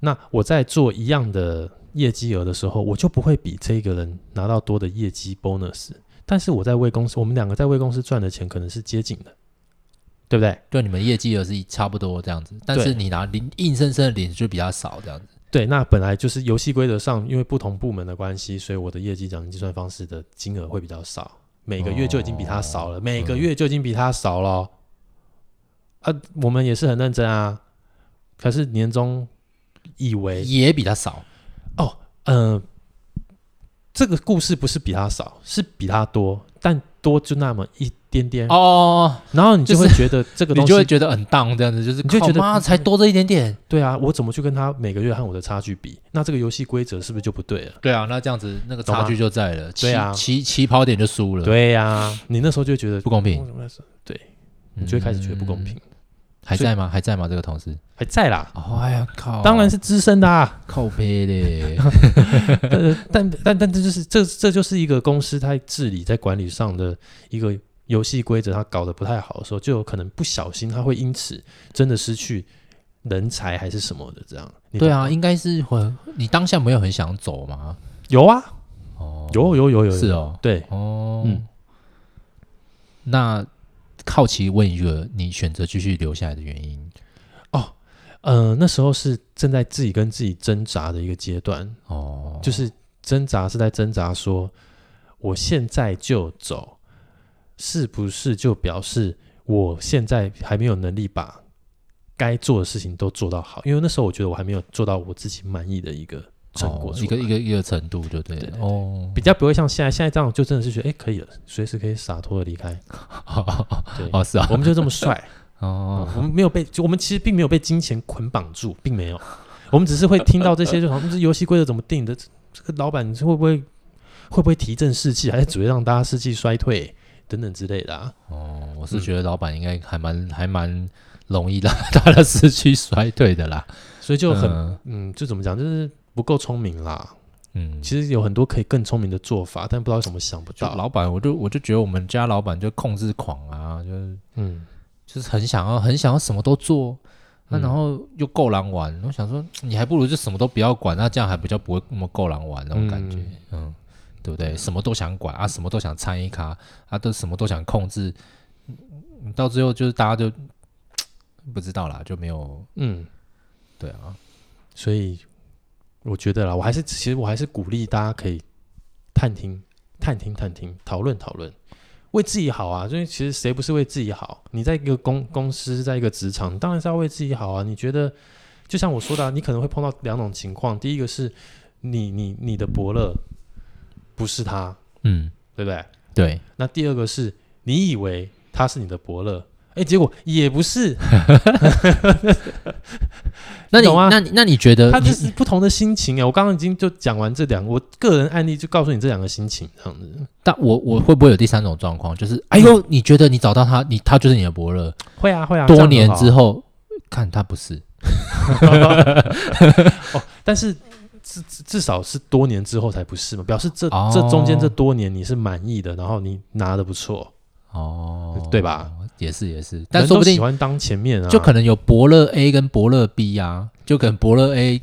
[SPEAKER 1] 那我在做一样的业绩额的时候，我就不会比这个人拿到多的业绩 bonus，但是我在为公司，我们两个在为公司赚的钱可能是接近的，对不对？
[SPEAKER 2] 对你们业绩也是差不多这样子，但
[SPEAKER 1] 对
[SPEAKER 2] 是你拿领硬生生的领就比较少这样子。
[SPEAKER 1] 对，那本来就是游戏规则上，因为不同部门的关系，所以我的业绩奖金计算方式的金额会比较少，每个月就已经比他少
[SPEAKER 2] 哦
[SPEAKER 1] 了，每个月就已经比他少了哦。啊，我们也是很认真啊，可是年终以为，
[SPEAKER 2] 也比较少
[SPEAKER 1] 嗯、这个故事不是比他少，是比他多，但多就那么一点点，
[SPEAKER 2] 哦，
[SPEAKER 1] 然后你就
[SPEAKER 2] 就
[SPEAKER 1] 会
[SPEAKER 2] 是
[SPEAKER 1] 觉得这个
[SPEAKER 2] 你
[SPEAKER 1] 东
[SPEAKER 2] 就会
[SPEAKER 1] 西，
[SPEAKER 2] 觉得很荡这样子，就是
[SPEAKER 1] 你就
[SPEAKER 2] 靠
[SPEAKER 1] 觉得
[SPEAKER 2] 妈才多这一点点，
[SPEAKER 1] 对啊，我怎么去跟他每个月和我的差距比？那这个游戏规则是不是就不对了？
[SPEAKER 2] 对啊，那这样子那个
[SPEAKER 1] 懂吗
[SPEAKER 2] 差距就在了，起
[SPEAKER 1] 对啊
[SPEAKER 2] 起起跑点就输了，，
[SPEAKER 1] 对呀、你那时候就会觉得
[SPEAKER 2] 不公平，
[SPEAKER 1] 对，
[SPEAKER 2] 嗯
[SPEAKER 1] 你就会开始觉得不公平，
[SPEAKER 2] 还
[SPEAKER 1] 所以
[SPEAKER 2] 在吗？还在吗？这个同事？
[SPEAKER 1] 还在啦，
[SPEAKER 2] 哦、哎呀靠！
[SPEAKER 1] 当然是资深的啊。
[SPEAKER 2] 靠背嘞，
[SPEAKER 1] 但但但但这就是这这就是一个公司它治理在管理上的一个游戏规则，它搞得不太好的时候，就有可能不小心，它会因此真的失去人才还是什么的这样。你
[SPEAKER 2] 对
[SPEAKER 1] 懂
[SPEAKER 2] 啊，
[SPEAKER 1] 吗，
[SPEAKER 2] 应该是会。你当下没有很想走吗？
[SPEAKER 1] 有啊，
[SPEAKER 2] 哦，
[SPEAKER 1] 有有有有有
[SPEAKER 2] 是，哦，
[SPEAKER 1] 对，
[SPEAKER 2] 哦，
[SPEAKER 1] 嗯，
[SPEAKER 2] 那好奇问一个，你选择继续留下来的原因
[SPEAKER 1] 呃，那时候是正在自己跟自己挣扎的一个阶段，
[SPEAKER 2] 哦，
[SPEAKER 1] 就是挣扎是在挣扎说，我现在就走，是不是就表示我现在还没有能力把该做的事情都做到好？因为那时候我觉得我还没有做到我自己满意的一个成果
[SPEAKER 2] 哦
[SPEAKER 1] 出来、
[SPEAKER 2] 一个一个一个程度就对
[SPEAKER 1] 对
[SPEAKER 2] 了
[SPEAKER 1] 对对
[SPEAKER 2] 哦，
[SPEAKER 1] 比较不会像现在，现在这样就真的是觉得哎、诶可以了，随时可以洒脱的离开。对，
[SPEAKER 2] 哦是啊，
[SPEAKER 1] 我们就这么帅，
[SPEAKER 2] 哦
[SPEAKER 1] 嗯，我们没有被，就我们其实并没有被金钱捆绑住，并没有， 我们只是会听到这些，就好像这游戏规则怎么定的，这这个老板会不会会不会提振士气，还是只会让大家士气衰退等等之类的啊？
[SPEAKER 2] 哦，我是
[SPEAKER 1] 嗯
[SPEAKER 2] 觉得老板应该还蛮还蛮容易让 他的失去衰退的啦，
[SPEAKER 1] 所以就很
[SPEAKER 2] 嗯
[SPEAKER 1] 嗯就怎么讲，就是不够聪明啦。
[SPEAKER 2] 嗯，
[SPEAKER 1] 其实有很多可以更聪明的做法，但不知道为什么想不
[SPEAKER 2] 就
[SPEAKER 1] 到。
[SPEAKER 2] 老板，我就我就觉得我们家老板就控制狂啊，就是
[SPEAKER 1] 嗯，
[SPEAKER 2] 就是很想要很想要什么都做，那、
[SPEAKER 1] 嗯
[SPEAKER 2] 然后又够狼玩，我想说你还不如就什么都不要管，那这样还比较不会那么够狼玩那种感觉，嗯
[SPEAKER 1] 嗯
[SPEAKER 2] 对不对？什么都想管啊，什么都想参一咖啊，都什么都想控制，嗯到最后就是大家就不知道啦，就没有
[SPEAKER 1] 嗯，
[SPEAKER 2] 对啊，
[SPEAKER 1] 所以我觉得啦，我还是其实我还是鼓励大家可以探听、探听、探听，讨论讨论，为自己好啊。因为其实谁不是为自己好？啊你在一个公公司，在一个职场，你当然是要为自己好啊。你觉得，就像我说的啊、你可能会碰到两种情况，第一个是你你你的伯乐不是他，
[SPEAKER 2] 嗯，
[SPEAKER 1] 对不对？
[SPEAKER 2] 对，
[SPEAKER 1] 那第二个是你以为他是你的伯乐。哎，结果也不是，
[SPEAKER 2] 那你
[SPEAKER 1] 懂吗
[SPEAKER 2] 那你那你觉得
[SPEAKER 1] 他
[SPEAKER 2] 你
[SPEAKER 1] 就是不同的心情哎。我刚刚已经就讲完这两个，我个人案例就告诉你这两个心情这样子。
[SPEAKER 2] 但我我会不会有第三种状况，就是哎呦，你觉得你找到他，你他就是你的伯乐，
[SPEAKER 1] 会啊会啊，
[SPEAKER 2] 多年之
[SPEAKER 1] 后，
[SPEAKER 2] 后看他不是，
[SPEAKER 1] 哦，但是至至至少是多年之后才不是嘛，表示这、
[SPEAKER 2] 哦
[SPEAKER 1] 这中间这多年你是满意的，然后你拿的不错，
[SPEAKER 2] 哦，
[SPEAKER 1] 对吧？
[SPEAKER 2] 也是也是，但
[SPEAKER 1] 人
[SPEAKER 2] 说
[SPEAKER 1] 都
[SPEAKER 2] 不
[SPEAKER 1] 喜
[SPEAKER 2] 定
[SPEAKER 1] 欢当前面啊，
[SPEAKER 2] 就可能有伯乐 A 跟伯乐 B 啊，就可能伯乐 A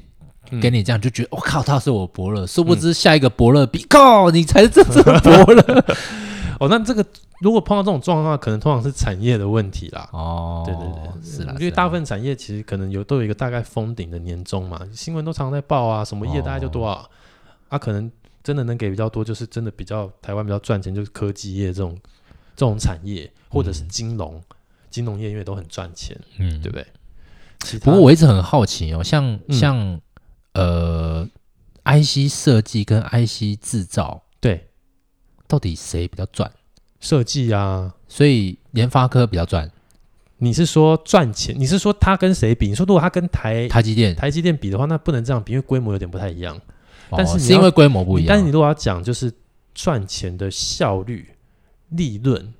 [SPEAKER 1] 嗯
[SPEAKER 2] 给你这样就觉得我、靠，他是我伯乐，殊不知下一个伯乐 B，靠，你才是真正的伯乐
[SPEAKER 1] 哦，那这个如果碰到这种状况的话，可能通常是产业的问题 啦。
[SPEAKER 2] 哦，
[SPEAKER 1] 嗯对对对，
[SPEAKER 2] 是
[SPEAKER 1] 嗯
[SPEAKER 2] 啦，啊
[SPEAKER 1] 因
[SPEAKER 2] 是
[SPEAKER 1] 为
[SPEAKER 2] 啦
[SPEAKER 1] 大部分产业其实可能有都有一个大概封顶的年终嘛，新闻都常在报啊，什么
[SPEAKER 2] 哦
[SPEAKER 1] 业大概就多少，啊，可能真的能给比较多，就是真的比较台湾比较赚钱，就是科技业这种这种产业，或者是金融，金融业因为都很赚钱，
[SPEAKER 2] 嗯
[SPEAKER 1] 对不对？其他
[SPEAKER 2] 不过我一直很好奇哦，像
[SPEAKER 1] 嗯
[SPEAKER 2] 像、呃，IC 设计跟 IC 制造
[SPEAKER 1] 对
[SPEAKER 2] 到底谁比较赚？
[SPEAKER 1] 设计啊，
[SPEAKER 2] 所以联发科比较赚，
[SPEAKER 1] 你是说赚钱？你是说他跟谁比？你说如果他跟台
[SPEAKER 2] 台积电，
[SPEAKER 1] 台积电比的话，那不能这样比，因为规模有点不太一样。但是
[SPEAKER 2] 哦、
[SPEAKER 1] 你
[SPEAKER 2] 是因
[SPEAKER 1] 要
[SPEAKER 2] 为规模不一样。
[SPEAKER 1] 但是你如果要讲就是赚钱的效率、利润，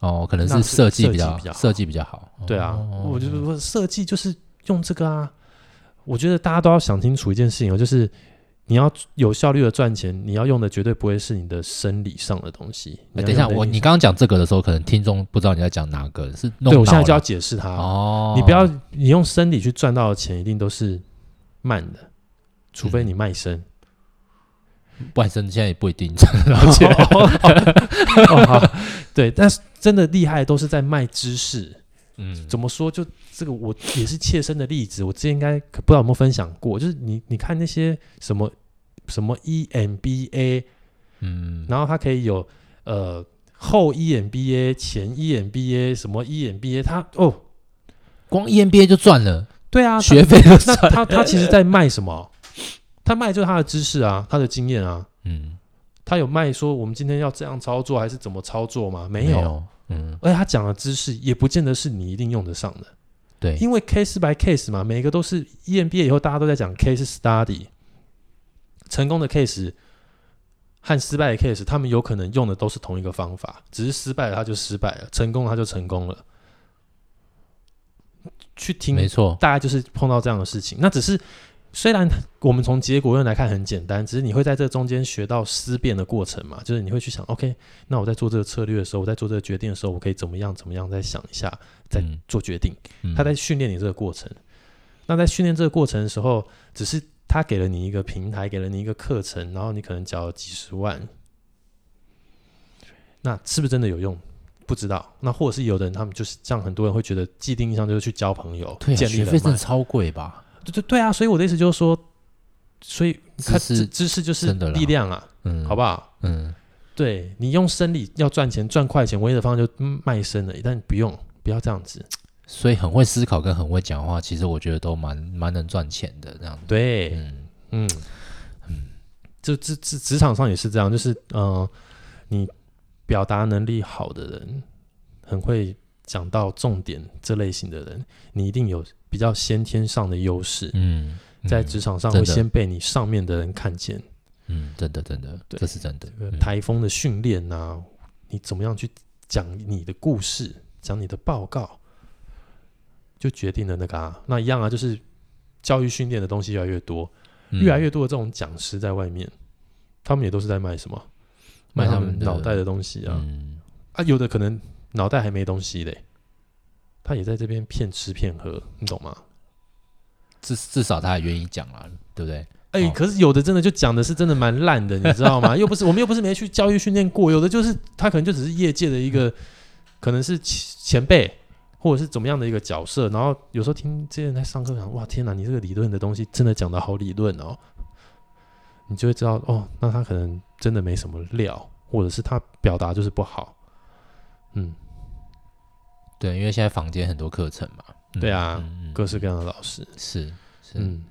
[SPEAKER 2] 哦，可能
[SPEAKER 1] 那
[SPEAKER 2] 是
[SPEAKER 1] 是
[SPEAKER 2] 设计
[SPEAKER 1] 设
[SPEAKER 2] 比
[SPEAKER 1] 计
[SPEAKER 2] 较
[SPEAKER 1] 比较好
[SPEAKER 2] 设计比较好。
[SPEAKER 1] 对啊，
[SPEAKER 2] 哦
[SPEAKER 1] 我就说设计就是用这个啊。我觉得大家都要想清楚一件事情哦，就是你要有效率的赚钱，你要用的绝对不会是你的生理上的东西。
[SPEAKER 2] 哎
[SPEAKER 1] 你要
[SPEAKER 2] 等一下，
[SPEAKER 1] 用的
[SPEAKER 2] 我你刚刚讲这个的时候，可能听众不知道你在讲哪个，是弄
[SPEAKER 1] 对我现在
[SPEAKER 2] 脑
[SPEAKER 1] 就要
[SPEAKER 2] 了
[SPEAKER 1] 解释它。啊
[SPEAKER 2] 哦，
[SPEAKER 1] 你不要你用生理去赚到的钱，一定都是慢的，除非你卖身。
[SPEAKER 2] 万生现在也不一定 了解。
[SPEAKER 1] 哦好对，但是真的厉害都是在卖知识。
[SPEAKER 2] 嗯，
[SPEAKER 1] 怎么说？就这个我也是切身的例子，我之前应该可不知道有没有分享过，就是你你看那些什么什么 E EMBA，
[SPEAKER 2] 嗯
[SPEAKER 1] 然后它可以有呃后 EMBA、前 E EMBA 什么 EMBA，它哦
[SPEAKER 2] 光 E EMBA 就赚了，
[SPEAKER 1] 对啊，它
[SPEAKER 2] 学费就
[SPEAKER 1] 那
[SPEAKER 2] 赚。
[SPEAKER 1] 它它其实在卖什么？它卖就是它的知识啊，它的经验啊。
[SPEAKER 2] 嗯，
[SPEAKER 1] 它有卖说我们今天要这样操作还是怎么操作吗？没
[SPEAKER 2] 没
[SPEAKER 1] 有，
[SPEAKER 2] 有嗯，
[SPEAKER 1] 而且他讲的知识也不见得是你一定用得上的，
[SPEAKER 2] 对，
[SPEAKER 1] 因为 case by case 嘛，每个都是，E EMBA 以后大家都在讲 case study，成功的 case 和失败的 case，他们有可能用的都是同一个方法，只是失败了他就失败了，成功了他就成功了。去听
[SPEAKER 2] 没错，
[SPEAKER 1] 大概就是碰到这样的事情。那只是虽然我们从结果论来看很简单，只是你会在这中间学到思辨的过程嘛，就是你会去想，OK，那我在做这个策略的时候，我在做这个决定的时候，我可以怎么样怎么样，再想一下在
[SPEAKER 2] 嗯
[SPEAKER 1] 做决定。
[SPEAKER 2] 嗯
[SPEAKER 1] 他在训练你这个过程。那在训练这个过程的时候，只是他给了你一个平台，给了你一个课程，然后你可能缴了几十万，那是不是真的有用？不知道。那或者是有的人他们就是像很多人会觉得既定印象就是去交朋友，
[SPEAKER 2] 对啊，
[SPEAKER 1] 建立
[SPEAKER 2] 学费
[SPEAKER 1] 人脉
[SPEAKER 2] 真的。超贵吧？
[SPEAKER 1] 对对对啊！所以我的意思就是说，所以他
[SPEAKER 2] 知
[SPEAKER 1] 知
[SPEAKER 2] 识
[SPEAKER 1] 知识就是
[SPEAKER 2] 真的啦
[SPEAKER 1] 力量啊，
[SPEAKER 2] 嗯，
[SPEAKER 1] 好
[SPEAKER 2] 吧，
[SPEAKER 1] 不好？
[SPEAKER 2] 嗯，
[SPEAKER 1] 对你用生理要赚钱赚快钱，唯一的方法就嗯卖身而已，但不用不要这样子。
[SPEAKER 2] 所以很会思考跟很会讲话，其实我觉得都蛮蛮能赚钱的这样子。
[SPEAKER 1] 对，
[SPEAKER 2] 嗯，
[SPEAKER 1] 嗯，就职职职场上也是这样，就是呃，你表达能力好的人，很会讲到重点这类型的人，你一定有比较先天上的优势，
[SPEAKER 2] 嗯，
[SPEAKER 1] 在
[SPEAKER 2] 嗯
[SPEAKER 1] 职场上
[SPEAKER 2] 真
[SPEAKER 1] 会
[SPEAKER 2] 的
[SPEAKER 1] 先被你上面的人看见。
[SPEAKER 2] 嗯，真的真的，
[SPEAKER 1] 对
[SPEAKER 2] 这是真的。
[SPEAKER 1] 呃台风的训练呐，你怎么样去讲你的故事，讲你的报告，就决定了那个啊，那一样啊，就是教育训练的东西越来越多，
[SPEAKER 2] 嗯
[SPEAKER 1] 越来越多的这种讲师在外面，他们也都是在卖什么？
[SPEAKER 2] 卖
[SPEAKER 1] 卖他
[SPEAKER 2] 他们
[SPEAKER 1] 们
[SPEAKER 2] 的
[SPEAKER 1] 脑袋的东西啊！
[SPEAKER 2] 嗯，
[SPEAKER 1] 啊，有的可能脑袋还没东西嘞，他也在这边骗吃骗喝，你懂吗？
[SPEAKER 2] 至至少他也愿意讲啦，对不对？
[SPEAKER 1] 哎、
[SPEAKER 2] 哦
[SPEAKER 1] 可是有的真的就讲的是真的蛮烂的，你知道 吗？又不是我们又不是没去教育训练过，有的就是他可能就只是业界的一个，可能是前前辈或者是怎么样的一个角色，然后有时候听这些人在上课讲，哇天哪，你这个理论的东西真的讲的好理论哦，你就会知道哦，那他可能真的没什么料，或者是他表达就是不好，嗯，
[SPEAKER 2] 对，因为现在房间很多课程嘛。嗯
[SPEAKER 1] 对啊
[SPEAKER 2] 嗯嗯
[SPEAKER 1] 各式各样的老师，
[SPEAKER 2] 是是，
[SPEAKER 1] 嗯，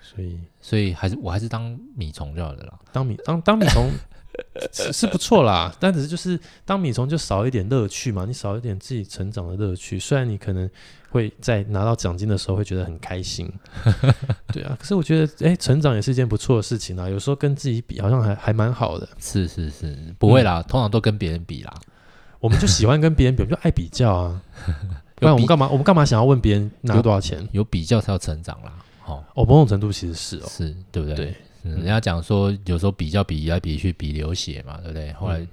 [SPEAKER 1] 所以
[SPEAKER 2] 所以还是我还是当米虫就好了啦。
[SPEAKER 1] 当米当当米虫是是不错啦，但只是就是当米虫就少一点乐趣嘛，你少一点自己成长的乐趣。虽然你可能会在拿到奖金的时候会觉得很开心， 对啊，可是我觉得哎、诶成长也是一件不错的事情啊。有时候跟自己比，好像还还蛮好的。
[SPEAKER 2] 是是是，不会啦，
[SPEAKER 1] 嗯
[SPEAKER 2] 通常都跟别人比啦。
[SPEAKER 1] 我们就喜欢跟别人比，我们就爱比较 啊。不然我们干嘛？我们干嘛想要问别人拿多少钱？
[SPEAKER 2] 有比较才有成长啦。哦，
[SPEAKER 1] 哦，某种程度其实是哦，
[SPEAKER 2] 是对不对？
[SPEAKER 1] 对
[SPEAKER 2] 嗯，人家讲说有时候比较比来比去比流血嘛，对不对？后来
[SPEAKER 1] 嗯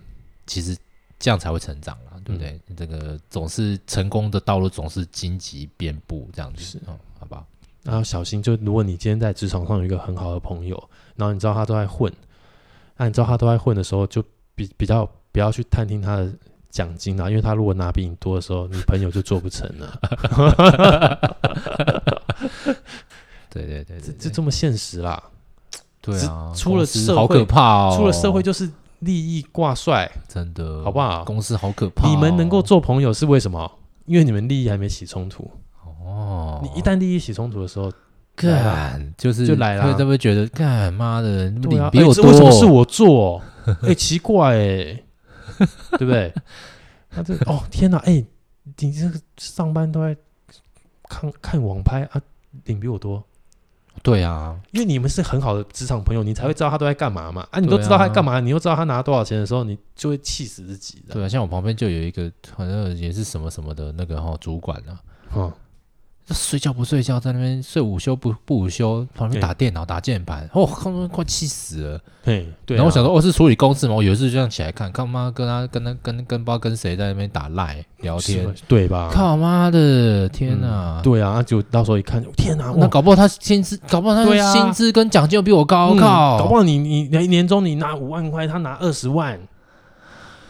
[SPEAKER 2] 其实这样才会成长啦，对不对？这个总是成功的道路总是荆棘遍布这样子，
[SPEAKER 1] 是
[SPEAKER 2] 哦，好吧？
[SPEAKER 1] 然后小心，就如果你今天在职场上有一个很好的朋友，然后你知道他都在混，那你知道他都在混的时候，就比比较不要去探听他的奖金啊，因为他如果拿比你多的时候，你朋友就做不成 了，
[SPEAKER 2] 对对对
[SPEAKER 1] 这
[SPEAKER 2] 对
[SPEAKER 1] 这
[SPEAKER 2] 对，
[SPEAKER 1] 这么现实啦。
[SPEAKER 2] 对啊，
[SPEAKER 1] 出了
[SPEAKER 2] 公司
[SPEAKER 1] 社
[SPEAKER 2] 好
[SPEAKER 1] 会
[SPEAKER 2] 可怕哦，
[SPEAKER 1] 出了社会就是利益挂帅，
[SPEAKER 2] 真的
[SPEAKER 1] 好不好
[SPEAKER 2] 公司好可怕哦，
[SPEAKER 1] 你们能够做朋友是为什么？因为你们利益还没起冲突。
[SPEAKER 2] 哦，
[SPEAKER 1] 你一旦利益起冲突的时候，来啦
[SPEAKER 2] 干就是
[SPEAKER 1] 就来啦
[SPEAKER 2] 会不会觉得干妈的
[SPEAKER 1] 对啊
[SPEAKER 2] 领，比我
[SPEAKER 1] 哎这
[SPEAKER 2] 多？
[SPEAKER 1] 为什么是我做？ 哎、奇怪哎、 对不对？他这哦天哪，哎、你这个上班都在看看网拍啊，领比我多，
[SPEAKER 2] 对啊，
[SPEAKER 1] 因为你们是很好的职场朋友，你才会知道他都在干嘛嘛。啊，你都
[SPEAKER 2] 对啊
[SPEAKER 1] 知道他在干嘛，你又知道他拿多少钱的时候，你就会气死自己的。
[SPEAKER 2] 对啊，像我旁边就有一个好像也是什么什么的那个哈、主管啊，
[SPEAKER 1] 哦，
[SPEAKER 2] 睡觉不睡觉，在那边睡午休不不午休，旁
[SPEAKER 1] 对
[SPEAKER 2] 边打电脑打键盘，哦，看他妈快气死了。
[SPEAKER 1] 嘿，对、啊
[SPEAKER 2] 然后我想，说，哦，是处理公事吗？我有一次就这样起来看，看妈跟他跟他跟跟跟不知道跟谁在那边打赖聊
[SPEAKER 1] 是
[SPEAKER 2] 天
[SPEAKER 1] 吗，对吧？
[SPEAKER 2] 靠妈的，天哪！
[SPEAKER 1] 对啊，啊就到时候一看，天哪，
[SPEAKER 2] 那
[SPEAKER 1] 哇
[SPEAKER 2] 搞不好他薪资，搞不好他
[SPEAKER 1] 啊对
[SPEAKER 2] 的
[SPEAKER 1] 啊
[SPEAKER 2] 薪资跟奖金又比我高，
[SPEAKER 1] 嗯
[SPEAKER 2] 靠！
[SPEAKER 1] 搞不好你你你年终你拿五万块，他拿二十万，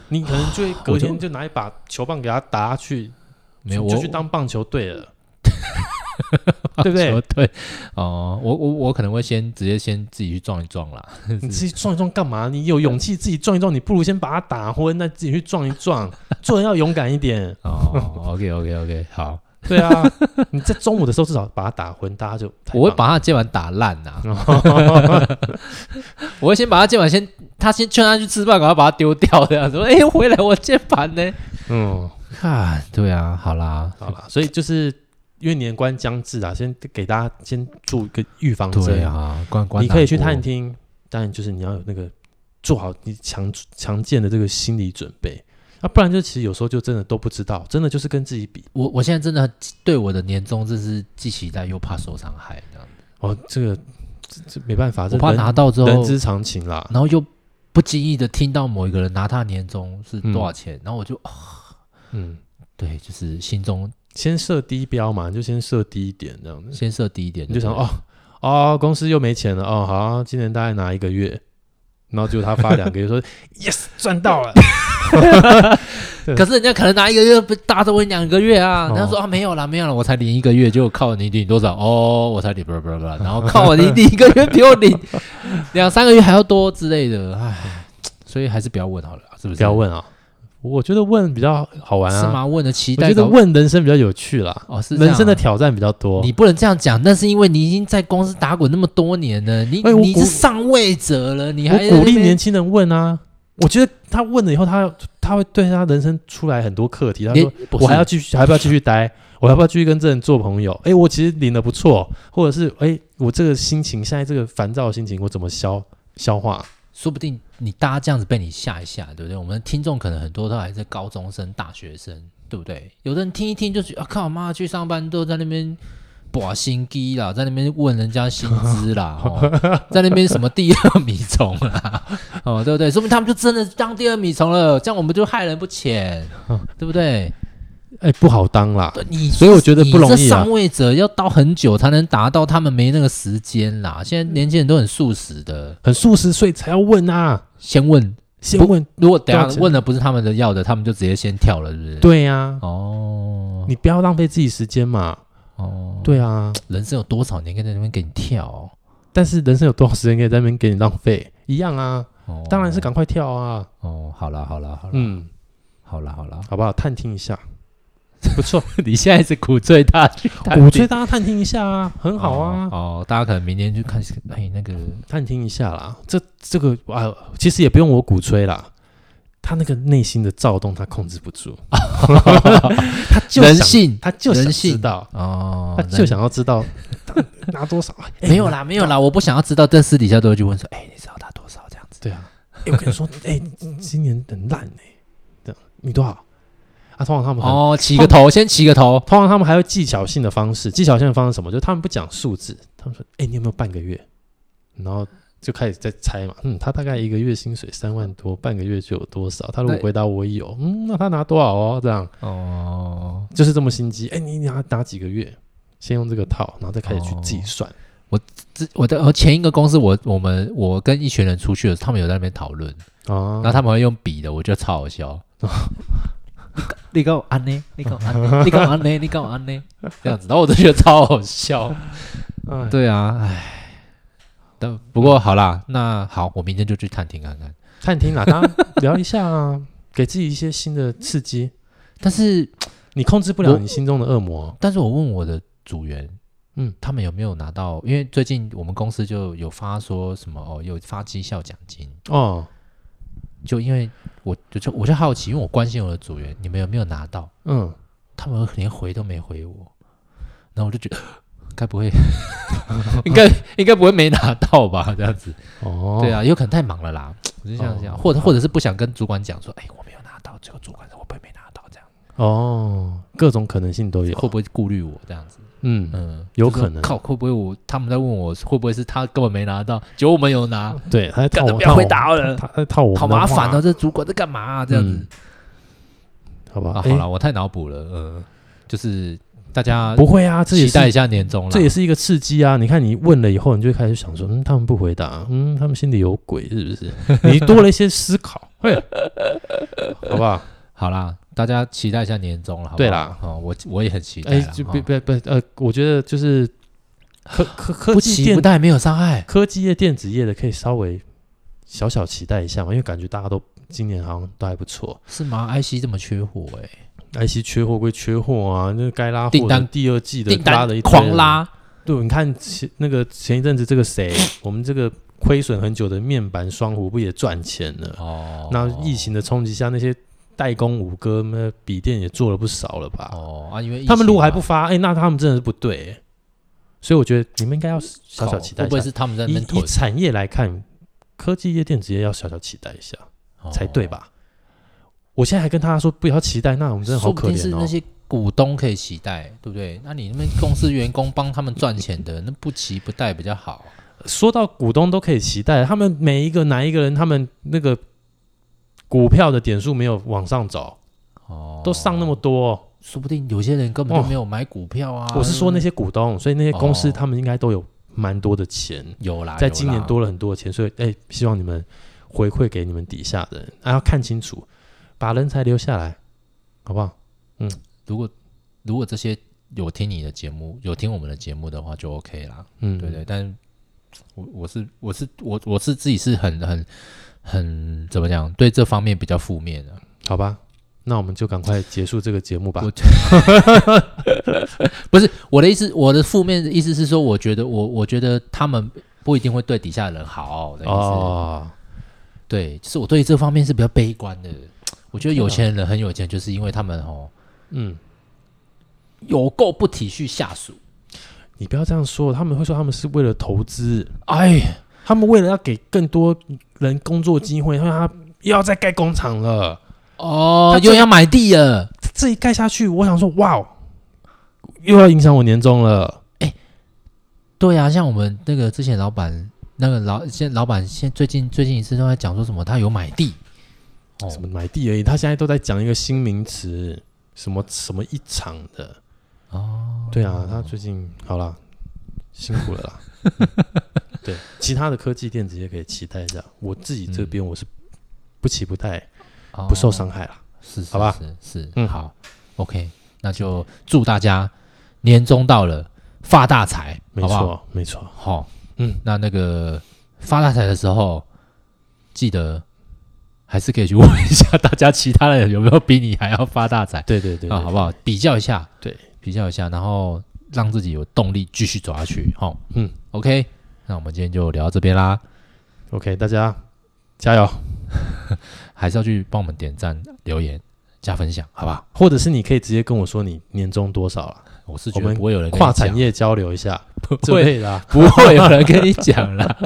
[SPEAKER 1] 你可能就会隔
[SPEAKER 2] 我就
[SPEAKER 1] 天就拿一把球棒给他打下去，
[SPEAKER 2] 没有
[SPEAKER 1] 就
[SPEAKER 2] 我
[SPEAKER 1] 就去当棒球队了，对不对？
[SPEAKER 2] 对，哦，我我我可能会先直接先自己去撞一撞啦。
[SPEAKER 1] 你自己撞一撞干嘛？你有勇气自己撞一撞，你不如先把他打昏，那自己去撞一 撞，做人要勇敢一点。
[SPEAKER 2] 哦，OK OK OK，好，
[SPEAKER 1] 对啊，你在中午的时候至少把他打昏，大家就太
[SPEAKER 2] 我会
[SPEAKER 1] 棒
[SPEAKER 2] 把他肩膀打烂呐、
[SPEAKER 1] 了
[SPEAKER 2] 我会先把他肩膀 先，他先劝他去吃饭，然后把他丢掉这样子。哎、回来我键盘呢？
[SPEAKER 1] 嗯，
[SPEAKER 2] 看，对啊，好啦，
[SPEAKER 1] 好啦，所以就是因为年关将至啊，先给大家先做一个预防针。
[SPEAKER 2] 对啊，关关
[SPEAKER 1] 你可以去探
[SPEAKER 2] 探听。
[SPEAKER 1] 听，当然就是你要有那个做好你强强健的这个心理准备，啊，不然就其实有时候就真的都不知道，真的就是跟自己比
[SPEAKER 2] 我我现在真的对我的年终真是既期待又怕受伤害，这样子
[SPEAKER 1] 哦，这个这这没办法，
[SPEAKER 2] 我
[SPEAKER 1] 这
[SPEAKER 2] 怕
[SPEAKER 1] 人
[SPEAKER 2] 拿到之后，
[SPEAKER 1] 啊人之常情啦。
[SPEAKER 2] 然后又不经意的听到某一个人拿他年终是多少钱，然后我就、哦
[SPEAKER 1] 嗯，
[SPEAKER 2] 对，就是心中
[SPEAKER 1] 先设低标嘛，你就先设低一点这样子，
[SPEAKER 2] 先设低一点，
[SPEAKER 1] 你就想
[SPEAKER 2] 对不
[SPEAKER 1] 哦哦，公司又没钱了哦，好，今年大概拿一个月。然后结果他发 两个月，说 yes 赚到了，
[SPEAKER 2] 对，可是人家可能拿一个月，不大着我两个月啊，
[SPEAKER 1] 哦
[SPEAKER 2] 人家说啊没有啦没有啦，我才领一个月，结果靠你领多少 哦，我才领不不不，然后靠你领一个月比我领两三个月还要多之类的，唉，所以还是不要问好了，是不是？
[SPEAKER 1] 不要问啊！我觉得问比较好玩
[SPEAKER 2] 是
[SPEAKER 1] 啊，
[SPEAKER 2] 吗？问的期
[SPEAKER 1] 我
[SPEAKER 2] 待
[SPEAKER 1] 觉得
[SPEAKER 2] 搞
[SPEAKER 1] 问人生比较有趣啦。
[SPEAKER 2] 哦是这样
[SPEAKER 1] 人生的
[SPEAKER 2] 啊
[SPEAKER 1] 挑战比较多。
[SPEAKER 2] 你不能这样讲，那是因为你已经在公司打滚那么多年了，你、
[SPEAKER 1] 哎我
[SPEAKER 2] 你
[SPEAKER 1] 鼓
[SPEAKER 2] 是上位者了，你还
[SPEAKER 1] 我鼓
[SPEAKER 2] 在
[SPEAKER 1] 励
[SPEAKER 2] 那边
[SPEAKER 1] 年轻人问啊，我觉得他问了以后，他他会对他人生出来很多课题。他
[SPEAKER 2] 你
[SPEAKER 1] 说
[SPEAKER 2] 不是
[SPEAKER 1] 我还要继续，还要不要继续待？ 我要不要继续跟这人做朋友？诶，我其实领的不错，或者是诶，我这个心情，现在这个烦躁的心情，我怎么消消化？
[SPEAKER 2] 说不定你大家这样子被你吓一吓，对不对？我们的听众可能很多都还是高中生、大学生，对不对？有的人听一听就觉得啊靠妈，去上班都在那边把心机啦，在那边问人家薪资 啦，哦、在那边什么第二米虫啦，哦，对不对？说明他们就真的当第二米虫了，这样我们就害人 不浅，对不对？
[SPEAKER 1] 诶，不好当啦。
[SPEAKER 2] 对你，
[SPEAKER 1] 所以我觉得不容易啊
[SPEAKER 2] 你这上位者要到很久才能达到，他们没那个时间啦。现在年轻人都很速食的，
[SPEAKER 1] 很素食，所以才要问啊，
[SPEAKER 2] 先问。
[SPEAKER 1] 先问。
[SPEAKER 2] 如果等下
[SPEAKER 1] 多少钱
[SPEAKER 2] 问的不是他们的要的，他们就直接先跳了，是不是？，
[SPEAKER 1] 对呀、啊，
[SPEAKER 2] 哦，
[SPEAKER 1] 你不要浪费自己时间嘛。
[SPEAKER 2] 哦，
[SPEAKER 1] 对啊，
[SPEAKER 2] 人生有多少年可以在那边给你跳哦？
[SPEAKER 1] 但是人生有多少时间可以在那边给你浪费？一样啊，
[SPEAKER 2] 哦
[SPEAKER 1] 当然是赶快跳啊。
[SPEAKER 2] 哦，好啦，好啦，好啦，
[SPEAKER 1] 嗯，
[SPEAKER 2] 好啦，好啦。
[SPEAKER 1] 好不好？探听一下，不错。
[SPEAKER 2] 你现在是苦最大去探听，
[SPEAKER 1] 鼓吹大家探听一下啊，很好啊，
[SPEAKER 2] 哦。哦，大家可能明天就看，哎，那个
[SPEAKER 1] 探听一下啦。这这个啊、其实也不用我鼓吹啦，他那个内心的躁动他控制不 住，他 就
[SPEAKER 2] 人
[SPEAKER 1] 想
[SPEAKER 2] 性
[SPEAKER 1] 他就想
[SPEAKER 2] 人性
[SPEAKER 1] 知道，
[SPEAKER 2] 哦，
[SPEAKER 1] 他就想要知道拿多少。哎
[SPEAKER 2] 没有，啦，没有啦，我不想要知道，但私底下都会去问说，哎，你知道他多少这样子？
[SPEAKER 1] 对啊，哎，我跟你说，哎，今年很烂哎，这样你多少？啊，通常他们很
[SPEAKER 2] 哦，起个头，先起个头。
[SPEAKER 1] 通常他们还有技巧性的方式，技巧性的方式是什么？就是他们不讲数字，他们说：“哎、你有没有半个月？”然后就开始在猜嘛，嗯，他大概一个月薪水三万多，半个月就有多少？他如果
[SPEAKER 2] 对
[SPEAKER 1] 回答我有，嗯，那他拿多少哦？这样
[SPEAKER 2] 哦，
[SPEAKER 1] 就是这么心机。哎、你你拿拿几个月？先用这个套，然后再开始去计算。
[SPEAKER 2] 这我的我前一个公司我，我们我跟一群人出去的时候，他们有在那边讨论，
[SPEAKER 1] 哦，
[SPEAKER 2] 然后他们会用笔的，我觉得超好笑。 你跟我安呢？你跟我安 呢？你跟我安呢？你跟我安呢？这样子，然后我就觉得超好笑。
[SPEAKER 1] 哎
[SPEAKER 2] 对啊，唉，但不过好啦，那好，我明天就去探听看看。
[SPEAKER 1] 探听啦，大家聊一下啊，给自己一些新的刺激。
[SPEAKER 2] 但是
[SPEAKER 1] 你控制不了
[SPEAKER 2] 我
[SPEAKER 1] 你心中的恶魔，
[SPEAKER 2] 但是我问我的组员，
[SPEAKER 1] 嗯
[SPEAKER 2] 嗯，他们有没有拿到？因为最近我们公司就有发说什么哦，有发绩效奖金。
[SPEAKER 1] 哦，
[SPEAKER 2] 就因为我就就我就好奇，因为我关心我的组员，你们有没有拿到？
[SPEAKER 1] 嗯，
[SPEAKER 2] 他们连回都没回我，然后我就觉得 该不 会 应该应该不会没拿到吧？ 这样子，
[SPEAKER 1] 哦，
[SPEAKER 2] 对，啊，有可能太忙了啦。我就这样想，
[SPEAKER 1] 哦
[SPEAKER 2] 或者或者是不想跟主管讲说，哎，我没有拿到，结果主管说我不会没拿到，这样
[SPEAKER 1] 哦，各种可能性都有，
[SPEAKER 2] 会不会顾虑我这样子？
[SPEAKER 1] 哦嗯。
[SPEAKER 2] 嗯，
[SPEAKER 1] 有
[SPEAKER 2] 就说
[SPEAKER 1] 可能
[SPEAKER 2] 靠，会不会我他们在问我会不会是他根本没拿到，结果我们有拿，
[SPEAKER 1] 对，他在套
[SPEAKER 2] 干
[SPEAKER 1] 我们，
[SPEAKER 2] 的不要回答了
[SPEAKER 1] 他他在哦套我，
[SPEAKER 2] 好麻烦哦，，这主管在干嘛啊？这样子
[SPEAKER 1] 嗯好吧？
[SPEAKER 2] 啊，
[SPEAKER 1] 诶
[SPEAKER 2] 好了，，我太脑补了，嗯，就是大家
[SPEAKER 1] 不会啊，这也
[SPEAKER 2] 期待一
[SPEAKER 1] 是
[SPEAKER 2] 下年终了。
[SPEAKER 1] 这也是一个刺激啊！你看你问了以后，你就开始想说，嗯，他们不回答，嗯，他们心里有鬼是不是？你 多了一些思考，嘿，好不好？
[SPEAKER 2] 好啦，大家期待一下年终了，好不好
[SPEAKER 1] 对啦，
[SPEAKER 2] 哦，我我也很期待
[SPEAKER 1] 哎，
[SPEAKER 2] 啦，哦
[SPEAKER 1] 就
[SPEAKER 2] 哈
[SPEAKER 1] 别别别，呃，我觉得就是 科科科
[SPEAKER 2] 不
[SPEAKER 1] 技
[SPEAKER 2] 期
[SPEAKER 1] 电
[SPEAKER 2] 不待没有伤害，
[SPEAKER 1] 科技业、电子业的可以稍微小小期待一下嘛，因为感觉大家都今年好像都还不错。
[SPEAKER 2] 是吗？IC 这么缺货哎、
[SPEAKER 1] IC 缺货归缺货啊，那该拉货的
[SPEAKER 2] 订单
[SPEAKER 1] 第二季的
[SPEAKER 2] 订
[SPEAKER 1] 拉
[SPEAKER 2] 单
[SPEAKER 1] 了一堆
[SPEAKER 2] 狂拉，
[SPEAKER 1] 对，你看前那个前一阵子这个谁，我们这个亏损很久的面板双虎不也赚钱了？
[SPEAKER 2] 哦
[SPEAKER 1] 那疫情的冲击下，那些代工五哥那笔电也做了不少了吧？
[SPEAKER 2] 哦啊，因为疫
[SPEAKER 1] 他们如果还
[SPEAKER 2] 情
[SPEAKER 1] 不
[SPEAKER 2] 嘛
[SPEAKER 1] 发，哎、那他们真的是不对、欸所以我觉得你们应该要小小期待
[SPEAKER 2] 哦
[SPEAKER 1] 一
[SPEAKER 2] 会不
[SPEAKER 1] 下。
[SPEAKER 2] 会是他们在那
[SPEAKER 1] 以
[SPEAKER 2] 边
[SPEAKER 1] 以
[SPEAKER 2] 囤
[SPEAKER 1] 产业来看，科技业电子业要小小期待一下、
[SPEAKER 2] 哦
[SPEAKER 1] 才对？吧？我现在还跟他说不要期待，那我们
[SPEAKER 2] 哦
[SPEAKER 1] 真的好
[SPEAKER 2] 说不
[SPEAKER 1] 可
[SPEAKER 2] 定是
[SPEAKER 1] 怜
[SPEAKER 2] 那
[SPEAKER 1] 哦。
[SPEAKER 2] 些股东可以期待，对不对？那你那边公司员工帮他们赚钱的，那不期不待比较好。啊
[SPEAKER 1] 说到股东都可以期待，他们每一个哪一个人，他们那个股票的点数没有往上走，
[SPEAKER 2] 哦，
[SPEAKER 1] 都上那么多、
[SPEAKER 2] 说不定有些人根本就没有买股票啊。
[SPEAKER 1] 哦我是说那些股东，所以那些公司
[SPEAKER 2] 哦
[SPEAKER 1] 他们应该都有蛮多的钱，
[SPEAKER 2] 有啦，
[SPEAKER 1] 在
[SPEAKER 2] 有
[SPEAKER 1] 今年
[SPEAKER 2] 啦
[SPEAKER 1] 多了很多的钱，所以哎、希望你们回馈给你们底下的人，啊，要看清楚，把人才留下来，好不好？
[SPEAKER 2] 如果如果这些有听你的节目，有听我们的节目的话，就 OK 啦，
[SPEAKER 1] 嗯，
[SPEAKER 2] 对对。但我我是我是我我是自己是很很很怎么讲，对这方面比较负面的、
[SPEAKER 1] 好吧，那我们就赶快结束这个节目吧
[SPEAKER 2] 我。不是我的意思，我的负面的意思是说，我觉得我我觉得他们不一定会对底下的人好的意思。
[SPEAKER 1] 哦，
[SPEAKER 2] 对，就是我对这方面是比较悲观的。我觉得有钱人很有钱，就是因为他们哦
[SPEAKER 1] 嗯，
[SPEAKER 2] 有够不体恤下属。
[SPEAKER 1] 你不要这样说，他们会说他们是为了投资，
[SPEAKER 2] 哎，
[SPEAKER 1] 他们为了要给更多人工作机会，他说他又要再盖工厂了，
[SPEAKER 2] 哦
[SPEAKER 1] 他，这
[SPEAKER 2] 又要买地了。
[SPEAKER 1] 这一盖下去，我想说，哇哦，又要影响我年终了。
[SPEAKER 2] 对啊，像我们那个之前老板，那个老现老板现最近最近一次都在讲说什么，他有买地，哦
[SPEAKER 1] 什么买地而已，他现在都在讲一个新名词，什么什么一场的。
[SPEAKER 2] 哦，
[SPEAKER 1] 对啊，他最近好啦，辛苦了 啦。嗯对，其他的科技电子也可以期待一下。我自己这边我是不期不待，
[SPEAKER 2] 哦
[SPEAKER 1] 不受伤害啦。
[SPEAKER 2] 是是
[SPEAKER 1] 好吧
[SPEAKER 2] 是是，
[SPEAKER 1] 嗯
[SPEAKER 2] 好，OK，那就祝大家年终到了发大财，
[SPEAKER 1] 没
[SPEAKER 2] 好不好？
[SPEAKER 1] 错，没错。
[SPEAKER 2] 好、
[SPEAKER 1] 嗯
[SPEAKER 2] 嗯，那那个发大财的时候，记得还是可以去问一下大家其他人有没有比你还要发大财。
[SPEAKER 1] 对对对，
[SPEAKER 2] 啊，好不好？比较一下，
[SPEAKER 1] 对，
[SPEAKER 2] 比较一下，然后让自己有动力继续走下去。好，
[SPEAKER 1] 嗯
[SPEAKER 2] ，OK，那我们今天就聊到这边啦，
[SPEAKER 1] 对？OK，大家加油！
[SPEAKER 2] 还是要去帮我们点赞、留言、加分享，好吧？
[SPEAKER 1] 或者是你可以直接跟我说你年终多少了，
[SPEAKER 2] 我是觉
[SPEAKER 1] 我
[SPEAKER 2] 得
[SPEAKER 1] 们
[SPEAKER 2] 不会有人跟你
[SPEAKER 1] 跨产
[SPEAKER 2] 讲，
[SPEAKER 1] 业交流一下，
[SPEAKER 2] 不
[SPEAKER 1] 这
[SPEAKER 2] 会
[SPEAKER 1] 类的啊。
[SPEAKER 2] 不会有人跟你 讲啦。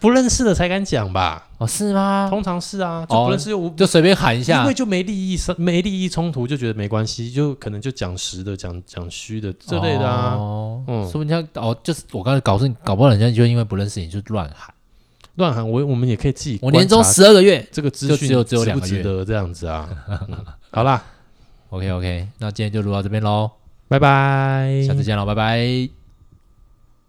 [SPEAKER 1] 不认识的才敢讲吧？
[SPEAKER 2] 哦，是吗？
[SPEAKER 1] 通常是啊，就
[SPEAKER 2] 哦
[SPEAKER 1] 不认识又无
[SPEAKER 2] 就随便喊一
[SPEAKER 1] 因
[SPEAKER 2] 下
[SPEAKER 1] 为，就没利益上没利益冲突，就觉得没关系，就可能就讲实的，讲讲虚的这类的啊，
[SPEAKER 2] 哦，
[SPEAKER 1] 嗯
[SPEAKER 2] 说不定他哦，就是我刚才搞是搞不好人家就因为不认识你就乱喊。
[SPEAKER 1] 乱喊我我们也可以自己
[SPEAKER 2] 我
[SPEAKER 1] 观察
[SPEAKER 2] 年终十二个月
[SPEAKER 1] 这个资
[SPEAKER 2] 就
[SPEAKER 1] 讯
[SPEAKER 2] 只有只有两个
[SPEAKER 1] 值不值得这样子啊。嗯好啦，
[SPEAKER 2] ，OK OK，那今天就录到这边喽，
[SPEAKER 1] 拜拜，
[SPEAKER 2] 下次见喽，拜拜。